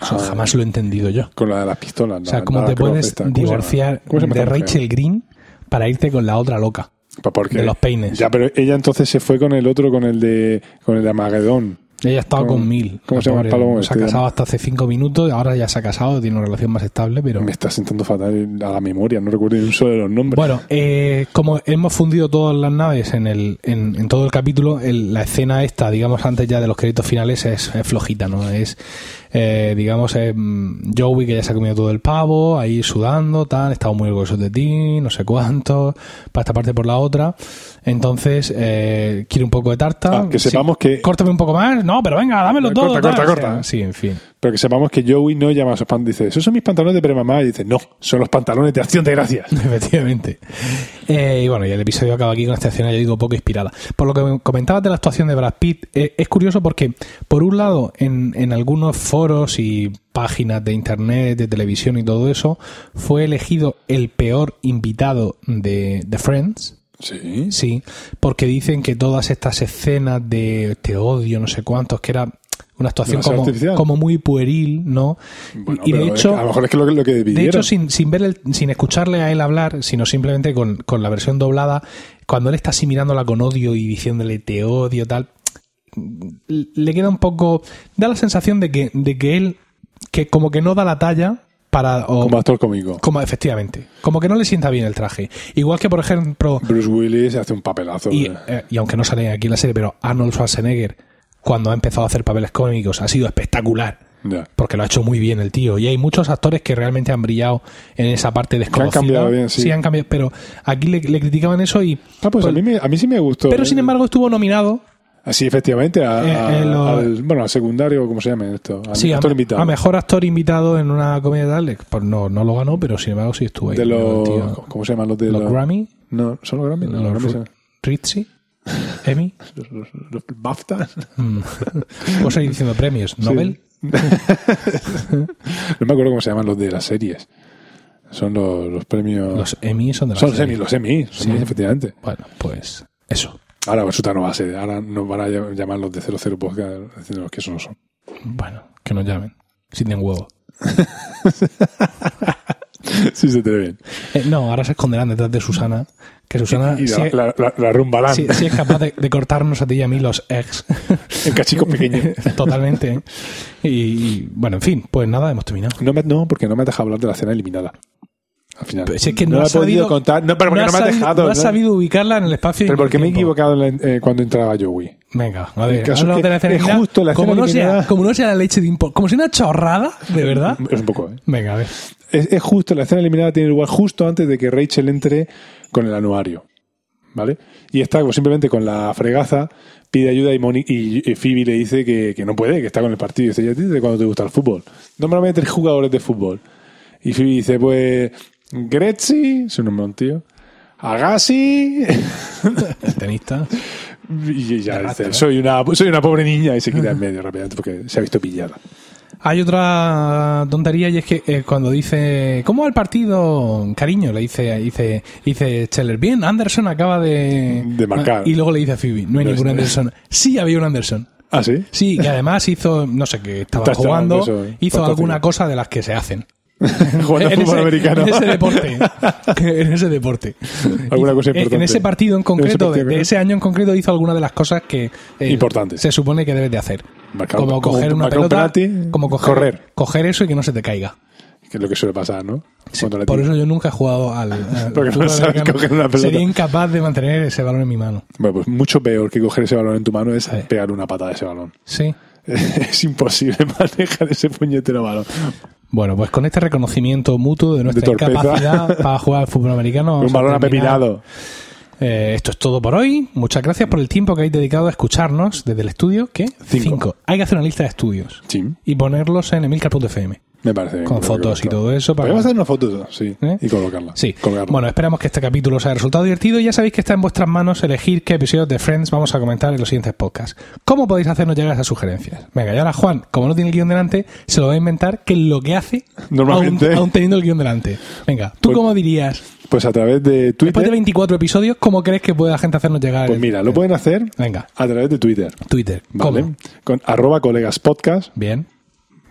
[SPEAKER 1] Eso
[SPEAKER 2] Ah.
[SPEAKER 1] jamás lo he entendido yo.
[SPEAKER 2] Con la de las pistolas.
[SPEAKER 1] o sea, ¿cómo te puedes divorciar de Rachel Green para irte con la otra loca?
[SPEAKER 2] Porque,
[SPEAKER 1] de los peines?
[SPEAKER 2] Ya, pero ella entonces se fue con el otro, con el de, con el de Amagedón.
[SPEAKER 1] Ella estaba
[SPEAKER 2] ¿Cómo-
[SPEAKER 1] con mil.
[SPEAKER 2] cómo
[SPEAKER 1] la
[SPEAKER 2] se llama el
[SPEAKER 1] pobre.
[SPEAKER 2] palomo
[SPEAKER 1] Se ha
[SPEAKER 2] este?
[SPEAKER 1] casado hasta hace cinco minutos, ahora ya se ha casado, tiene una relación más estable, pero...
[SPEAKER 2] Me está sentando fatal a la memoria, no recuerdo ni un solo de los nombres.
[SPEAKER 1] Bueno, eh, como hemos fundido todas las naves en, el, en, en todo el capítulo, el- la escena esta, digamos, antes ya de los créditos finales es, es flojita, ¿no? Es, eh, digamos, eh, mm, Joey que ya se ha comido todo el pavo, ahí sudando, tal, estaba muy orgulloso de ti, no sé cuánto, para esta parte por la otra. Entonces, eh, quiere un poco de tarta.
[SPEAKER 2] Ah, que
[SPEAKER 1] Sí.
[SPEAKER 2] sepamos que-
[SPEAKER 1] Córtame un poco más, no, pero venga, dámelo
[SPEAKER 2] Corta,
[SPEAKER 1] todo.
[SPEAKER 2] corta,
[SPEAKER 1] tal.
[SPEAKER 2] corta.
[SPEAKER 1] O sea, Sí, en fin.
[SPEAKER 2] Pero que sepamos que Joey no llama a sus pantalones. Dice, esos son mis pantalones de premamá. Y dice, no, son los pantalones de acción de gracias.
[SPEAKER 1] Efectivamente. Eh, y bueno, y el episodio acaba aquí con esta escena, yo digo, poco inspirada. Por lo que comentabas de la actuación de Brad Pitt, eh, es curioso porque, por un lado, en, en algunos foros y páginas de internet, de televisión y todo eso, fue elegido el peor invitado de, de Friends.
[SPEAKER 2] Sí.
[SPEAKER 1] Sí, porque dicen que todas estas escenas de te odio, no sé cuántos, que era una actuación
[SPEAKER 2] Demasiado
[SPEAKER 1] como,
[SPEAKER 2] artificial.
[SPEAKER 1] como muy pueril, ¿no?
[SPEAKER 2] Bueno,
[SPEAKER 1] y de
[SPEAKER 2] pero es
[SPEAKER 1] hecho,
[SPEAKER 2] que a lo mejor es que lo, lo que
[SPEAKER 1] de hecho,
[SPEAKER 2] dividieron.
[SPEAKER 1] sin, sin ver el- sin escucharle a él hablar, sino simplemente con, con la versión doblada, cuando él está así mirándola con odio y diciéndole te odio, tal, le queda un poco. Da la sensación de que, de que él, que como que no da la talla para. o-
[SPEAKER 2] como actor cómico.
[SPEAKER 1] como- efectivamente. Como que no le sienta bien el traje. Igual que, por ejemplo,
[SPEAKER 2] Bruce Willis hace un papelazo.
[SPEAKER 1] y,
[SPEAKER 2] ¿eh?
[SPEAKER 1] eh, y aunque no sale aquí en la serie, pero Arnold Schwarzenegger, cuando ha empezado a hacer papeles cómicos, ha sido espectacular
[SPEAKER 2] Ya.
[SPEAKER 1] porque lo ha hecho muy bien el tío. Y hay muchos actores que realmente han brillado en esa parte desconocida.
[SPEAKER 2] cambiado bien, sí.
[SPEAKER 1] han cambiado, pero aquí le, le criticaban eso y...
[SPEAKER 2] Ah, pues, a, mí me- a mí sí me gustó.
[SPEAKER 1] Pero
[SPEAKER 2] ¿eh?
[SPEAKER 1] sin embargo estuvo nominado
[SPEAKER 2] Ah, sí, efectivamente. A, a-
[SPEAKER 1] Eh, eh, lo-
[SPEAKER 2] al, bueno, al secundario, ¿cómo se llama esto? Al
[SPEAKER 1] sí, a,
[SPEAKER 2] actor invitado.
[SPEAKER 1] a mejor actor invitado en una comedia tal. Pues no, no lo ganó, pero sin embargo sí estuvo ahí.
[SPEAKER 2] de
[SPEAKER 1] nominado
[SPEAKER 2] los.
[SPEAKER 1] el tío.
[SPEAKER 2] ¿Cómo se llaman los de
[SPEAKER 1] Los Grammy,
[SPEAKER 2] No, ¿son los Grammy? No, los,
[SPEAKER 1] los
[SPEAKER 2] Grammy
[SPEAKER 1] Ru-
[SPEAKER 2] son-
[SPEAKER 1] Ritzy, Emmy.
[SPEAKER 2] los, los- los BAFTA.
[SPEAKER 1] Mm. Puedo seguir diciendo premios. Nobel.
[SPEAKER 2] No me acuerdo cómo se llaman los de las series. Son los, los premios.
[SPEAKER 1] Los Emmy son de la
[SPEAKER 2] son los
[SPEAKER 1] serie.
[SPEAKER 2] semis, los semis,
[SPEAKER 1] Sí.
[SPEAKER 2] efectivamente.
[SPEAKER 1] Bueno, pues eso.
[SPEAKER 2] Ahora resulta no va a ser. Ahora nos van a llam- llamar los de 00 Podcast diciéndonos que eso no son.
[SPEAKER 1] Bueno, que nos llamen. Si tienen huevo.
[SPEAKER 2] sí, se te ve bien.
[SPEAKER 1] Eh, no, ahora se esconderán detrás de Susana. Que Susana,
[SPEAKER 2] Y la,
[SPEAKER 1] si,
[SPEAKER 2] la, la- la rumbalán
[SPEAKER 1] si- si es capaz de, de cortarnos a ti y a mí los ex.
[SPEAKER 2] en cachicos pequeños.
[SPEAKER 1] Totalmente. ¿eh? Y, y, bueno, en fin, pues nada, hemos terminado.
[SPEAKER 2] No, me- no, porque no me has dejado hablar de la escena eliminada. Al final.
[SPEAKER 1] Pero si Pues es que
[SPEAKER 2] no,
[SPEAKER 1] no
[SPEAKER 2] la he
[SPEAKER 1] has sabido-
[SPEAKER 2] podido contar. No, pero porque no,
[SPEAKER 1] has
[SPEAKER 2] me has
[SPEAKER 1] sabido-
[SPEAKER 2] dejado.
[SPEAKER 1] no has
[SPEAKER 2] ¿no?
[SPEAKER 1] sabido ubicarla en el espacio. y
[SPEAKER 2] Pero
[SPEAKER 1] en el
[SPEAKER 2] porque me he
[SPEAKER 1] tiempo.
[SPEAKER 2] equivocado en la- eh, cuando entraba Joey.
[SPEAKER 1] Venga, a ver,
[SPEAKER 2] El caso
[SPEAKER 1] háblanos
[SPEAKER 2] es que
[SPEAKER 1] de la escena
[SPEAKER 2] es
[SPEAKER 1] eliminada.
[SPEAKER 2] justo la
[SPEAKER 1] como,
[SPEAKER 2] escena
[SPEAKER 1] no sea,
[SPEAKER 2] eliminada.
[SPEAKER 1] como no sea la leche de impo- Como sea una chorrada, de verdad.
[SPEAKER 2] Es un poco, ¿eh?
[SPEAKER 1] Venga, a ver.
[SPEAKER 2] Es, es justo, la escena eliminada tiene lugar justo antes de que Rachel entre con el anuario. ¿Vale? Y está como simplemente con la fregaza, pide ayuda y, Moni- y- y Phoebe le dice que, que no puede, que está con el partido. Y dice, ¿ya desde cuando te gusta el fútbol? Nómbrame tres jugadores de fútbol. Y Phoebe dice, pues, Gretzky, su nombre un tío, Agassi,
[SPEAKER 1] El tenista.
[SPEAKER 2] y ya
[SPEAKER 1] Garraza, ¿no?
[SPEAKER 2] dice, soy una, soy una pobre niña, y se quita en medio rápidamente porque se ha visto pillada.
[SPEAKER 1] Hay otra tontería y es que eh, cuando dice ¿Cómo va el partido? Cariño, le dice, dice, dice Scheller, bien, Anderson acaba de,
[SPEAKER 2] De marcar.
[SPEAKER 1] Y luego le dice a Phoebe, no hay
[SPEAKER 2] No
[SPEAKER 1] ningún
[SPEAKER 2] está.
[SPEAKER 1] Anderson. Sí había un Anderson.
[SPEAKER 2] ¿Ah, sí?
[SPEAKER 1] Sí, y además hizo, no sé qué, estaba
[SPEAKER 2] Estás
[SPEAKER 1] jugando,
[SPEAKER 2] llamando eso, ¿eh?
[SPEAKER 1] hizo
[SPEAKER 2] Fantástico.
[SPEAKER 1] alguna cosa de las que se hacen.
[SPEAKER 2] Jugando al
[SPEAKER 1] En
[SPEAKER 2] fútbol
[SPEAKER 1] ese-
[SPEAKER 2] americano.
[SPEAKER 1] En ese deporte. en ese deporte.
[SPEAKER 2] Alguna
[SPEAKER 1] Y-
[SPEAKER 2] cosa
[SPEAKER 1] en- En
[SPEAKER 2] importante.
[SPEAKER 1] ese partido en
[SPEAKER 2] En ese
[SPEAKER 1] concreto, de-
[SPEAKER 2] partido,
[SPEAKER 1] de,
[SPEAKER 2] ¿no?
[SPEAKER 1] ese año en concreto, hizo alguna de las cosas que eh,
[SPEAKER 2] Importantes.
[SPEAKER 1] se supone que debes de hacer.
[SPEAKER 2] Marcar un-
[SPEAKER 1] como
[SPEAKER 2] como
[SPEAKER 1] coger
[SPEAKER 2] un-
[SPEAKER 1] una
[SPEAKER 2] marcar un
[SPEAKER 1] pelota,
[SPEAKER 2] penalti,
[SPEAKER 1] como coger,
[SPEAKER 2] correr.
[SPEAKER 1] coger eso y que no se te caiga.
[SPEAKER 2] que es lo que suele pasar, ¿no? Cuando la
[SPEAKER 1] Por
[SPEAKER 2] tira.
[SPEAKER 1] eso yo nunca he jugado al, al
[SPEAKER 2] Porque no
[SPEAKER 1] fútbol
[SPEAKER 2] sabes
[SPEAKER 1] americano.
[SPEAKER 2] coger una pelota.
[SPEAKER 1] Sería incapaz de mantener ese balón en mi mano.
[SPEAKER 2] Bueno, pues mucho peor que coger ese balón en tu mano es
[SPEAKER 1] Sí.
[SPEAKER 2] pegar una patada a ese balón.
[SPEAKER 1] Sí.
[SPEAKER 2] es imposible manejar ese puñetero balón.
[SPEAKER 1] Bueno, pues con este reconocimiento mutuo de nuestra
[SPEAKER 2] De torpeza.
[SPEAKER 1] incapacidad para jugar al fútbol americano. vamos
[SPEAKER 2] Un
[SPEAKER 1] a
[SPEAKER 2] balón
[SPEAKER 1] terminar.
[SPEAKER 2] apepinado.
[SPEAKER 1] Eh, esto es todo por hoy. Muchas gracias por el tiempo que habéis dedicado a escucharnos desde el estudio. ¿Qué?
[SPEAKER 2] Cinco.
[SPEAKER 1] Hay que hacer una lista de estudios
[SPEAKER 2] Sí,
[SPEAKER 1] y ponerlos en emilcar.fm
[SPEAKER 2] me parece bien.
[SPEAKER 1] con
[SPEAKER 2] creo que
[SPEAKER 1] fotos y
[SPEAKER 2] esto-
[SPEAKER 1] todo eso. para-
[SPEAKER 2] Podríamos hacer una foto, sí,
[SPEAKER 1] ¿Eh?
[SPEAKER 2] y colocarla.
[SPEAKER 1] Sí.
[SPEAKER 2] colgarla.
[SPEAKER 1] Bueno, esperamos que este capítulo os haya resultado divertido y ya sabéis que está en vuestras manos elegir qué episodios de Friends vamos a comentar en los siguientes podcasts. ¿Cómo podéis hacernos llegar esas sugerencias? Venga, y ahora Juan, como no tiene el guión delante, se lo va a inventar que es lo que hace
[SPEAKER 2] Normalmente.
[SPEAKER 1] aún, aún teniendo el guión delante. Venga, ¿tú
[SPEAKER 2] Pues-
[SPEAKER 1] cómo dirías?
[SPEAKER 2] Pues a través de
[SPEAKER 1] Después de
[SPEAKER 2] Twitter.
[SPEAKER 1] 24 episodios, ¿cómo crees que puede la gente hacernos llegar?
[SPEAKER 2] Pues
[SPEAKER 1] el-
[SPEAKER 2] mira, lo pueden hacer
[SPEAKER 1] Venga,
[SPEAKER 2] a través de Twitter.
[SPEAKER 1] Twitter. ¿Cómo?
[SPEAKER 2] ¿Vale? Con arroba colegas podcast.
[SPEAKER 1] Bien.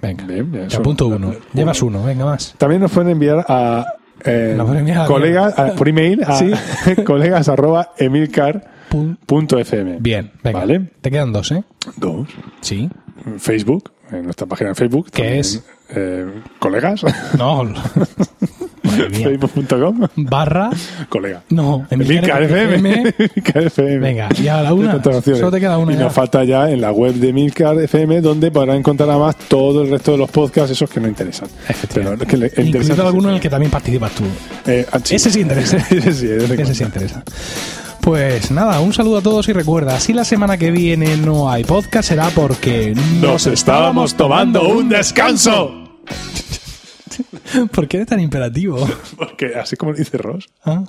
[SPEAKER 1] Venga.
[SPEAKER 2] Bien, bien,
[SPEAKER 1] Te
[SPEAKER 2] son-
[SPEAKER 1] apunto uno.
[SPEAKER 2] uno.
[SPEAKER 1] Llevas uno, venga más.
[SPEAKER 2] También nos pueden enviar a eh,
[SPEAKER 1] La madre mía, la
[SPEAKER 2] colegas
[SPEAKER 1] mía.
[SPEAKER 2] a- por email a
[SPEAKER 1] Sí.
[SPEAKER 2] colegas arroba emilcar
[SPEAKER 1] Pum.
[SPEAKER 2] punto fm.
[SPEAKER 1] Bien, venga.
[SPEAKER 2] Vale.
[SPEAKER 1] Te quedan dos, ¿eh?
[SPEAKER 2] Dos.
[SPEAKER 1] Sí.
[SPEAKER 2] Facebook, en nuestra página de Facebook.
[SPEAKER 1] ¿Qué
[SPEAKER 2] también,
[SPEAKER 1] es?
[SPEAKER 2] eh, colegas.
[SPEAKER 1] No. Madre mía.
[SPEAKER 2] Facebook.com.
[SPEAKER 1] Barra.
[SPEAKER 2] Colega.
[SPEAKER 1] No,
[SPEAKER 2] Emilcar FM. Emilcar FM.
[SPEAKER 1] Venga, y ahora la una.
[SPEAKER 2] Tantas opciones.
[SPEAKER 1] Solo te queda una.
[SPEAKER 2] Y
[SPEAKER 1] ya.
[SPEAKER 2] nos falta ya en la web de Milcar FM, donde podrán encontrar además todo el resto de los podcasts, esos que no interesan. Pero
[SPEAKER 1] Efectivamente.
[SPEAKER 2] que le
[SPEAKER 1] Incluido
[SPEAKER 2] interesan-
[SPEAKER 1] alguno en el que también participas tú.
[SPEAKER 2] Eh, ah, sí.
[SPEAKER 1] Ese sí interesa.
[SPEAKER 2] Ese sí, ese
[SPEAKER 1] Ese
[SPEAKER 2] cuenta.
[SPEAKER 1] sí interesa. Pues nada, un saludo a todos y recuerda, si la semana que viene no hay podcast será porque
[SPEAKER 2] Nos estábamos tomando un descanso.
[SPEAKER 1] ¿Por qué eres tan imperativo?
[SPEAKER 2] Porque así como lo dice Ross.
[SPEAKER 1] ¿Ah?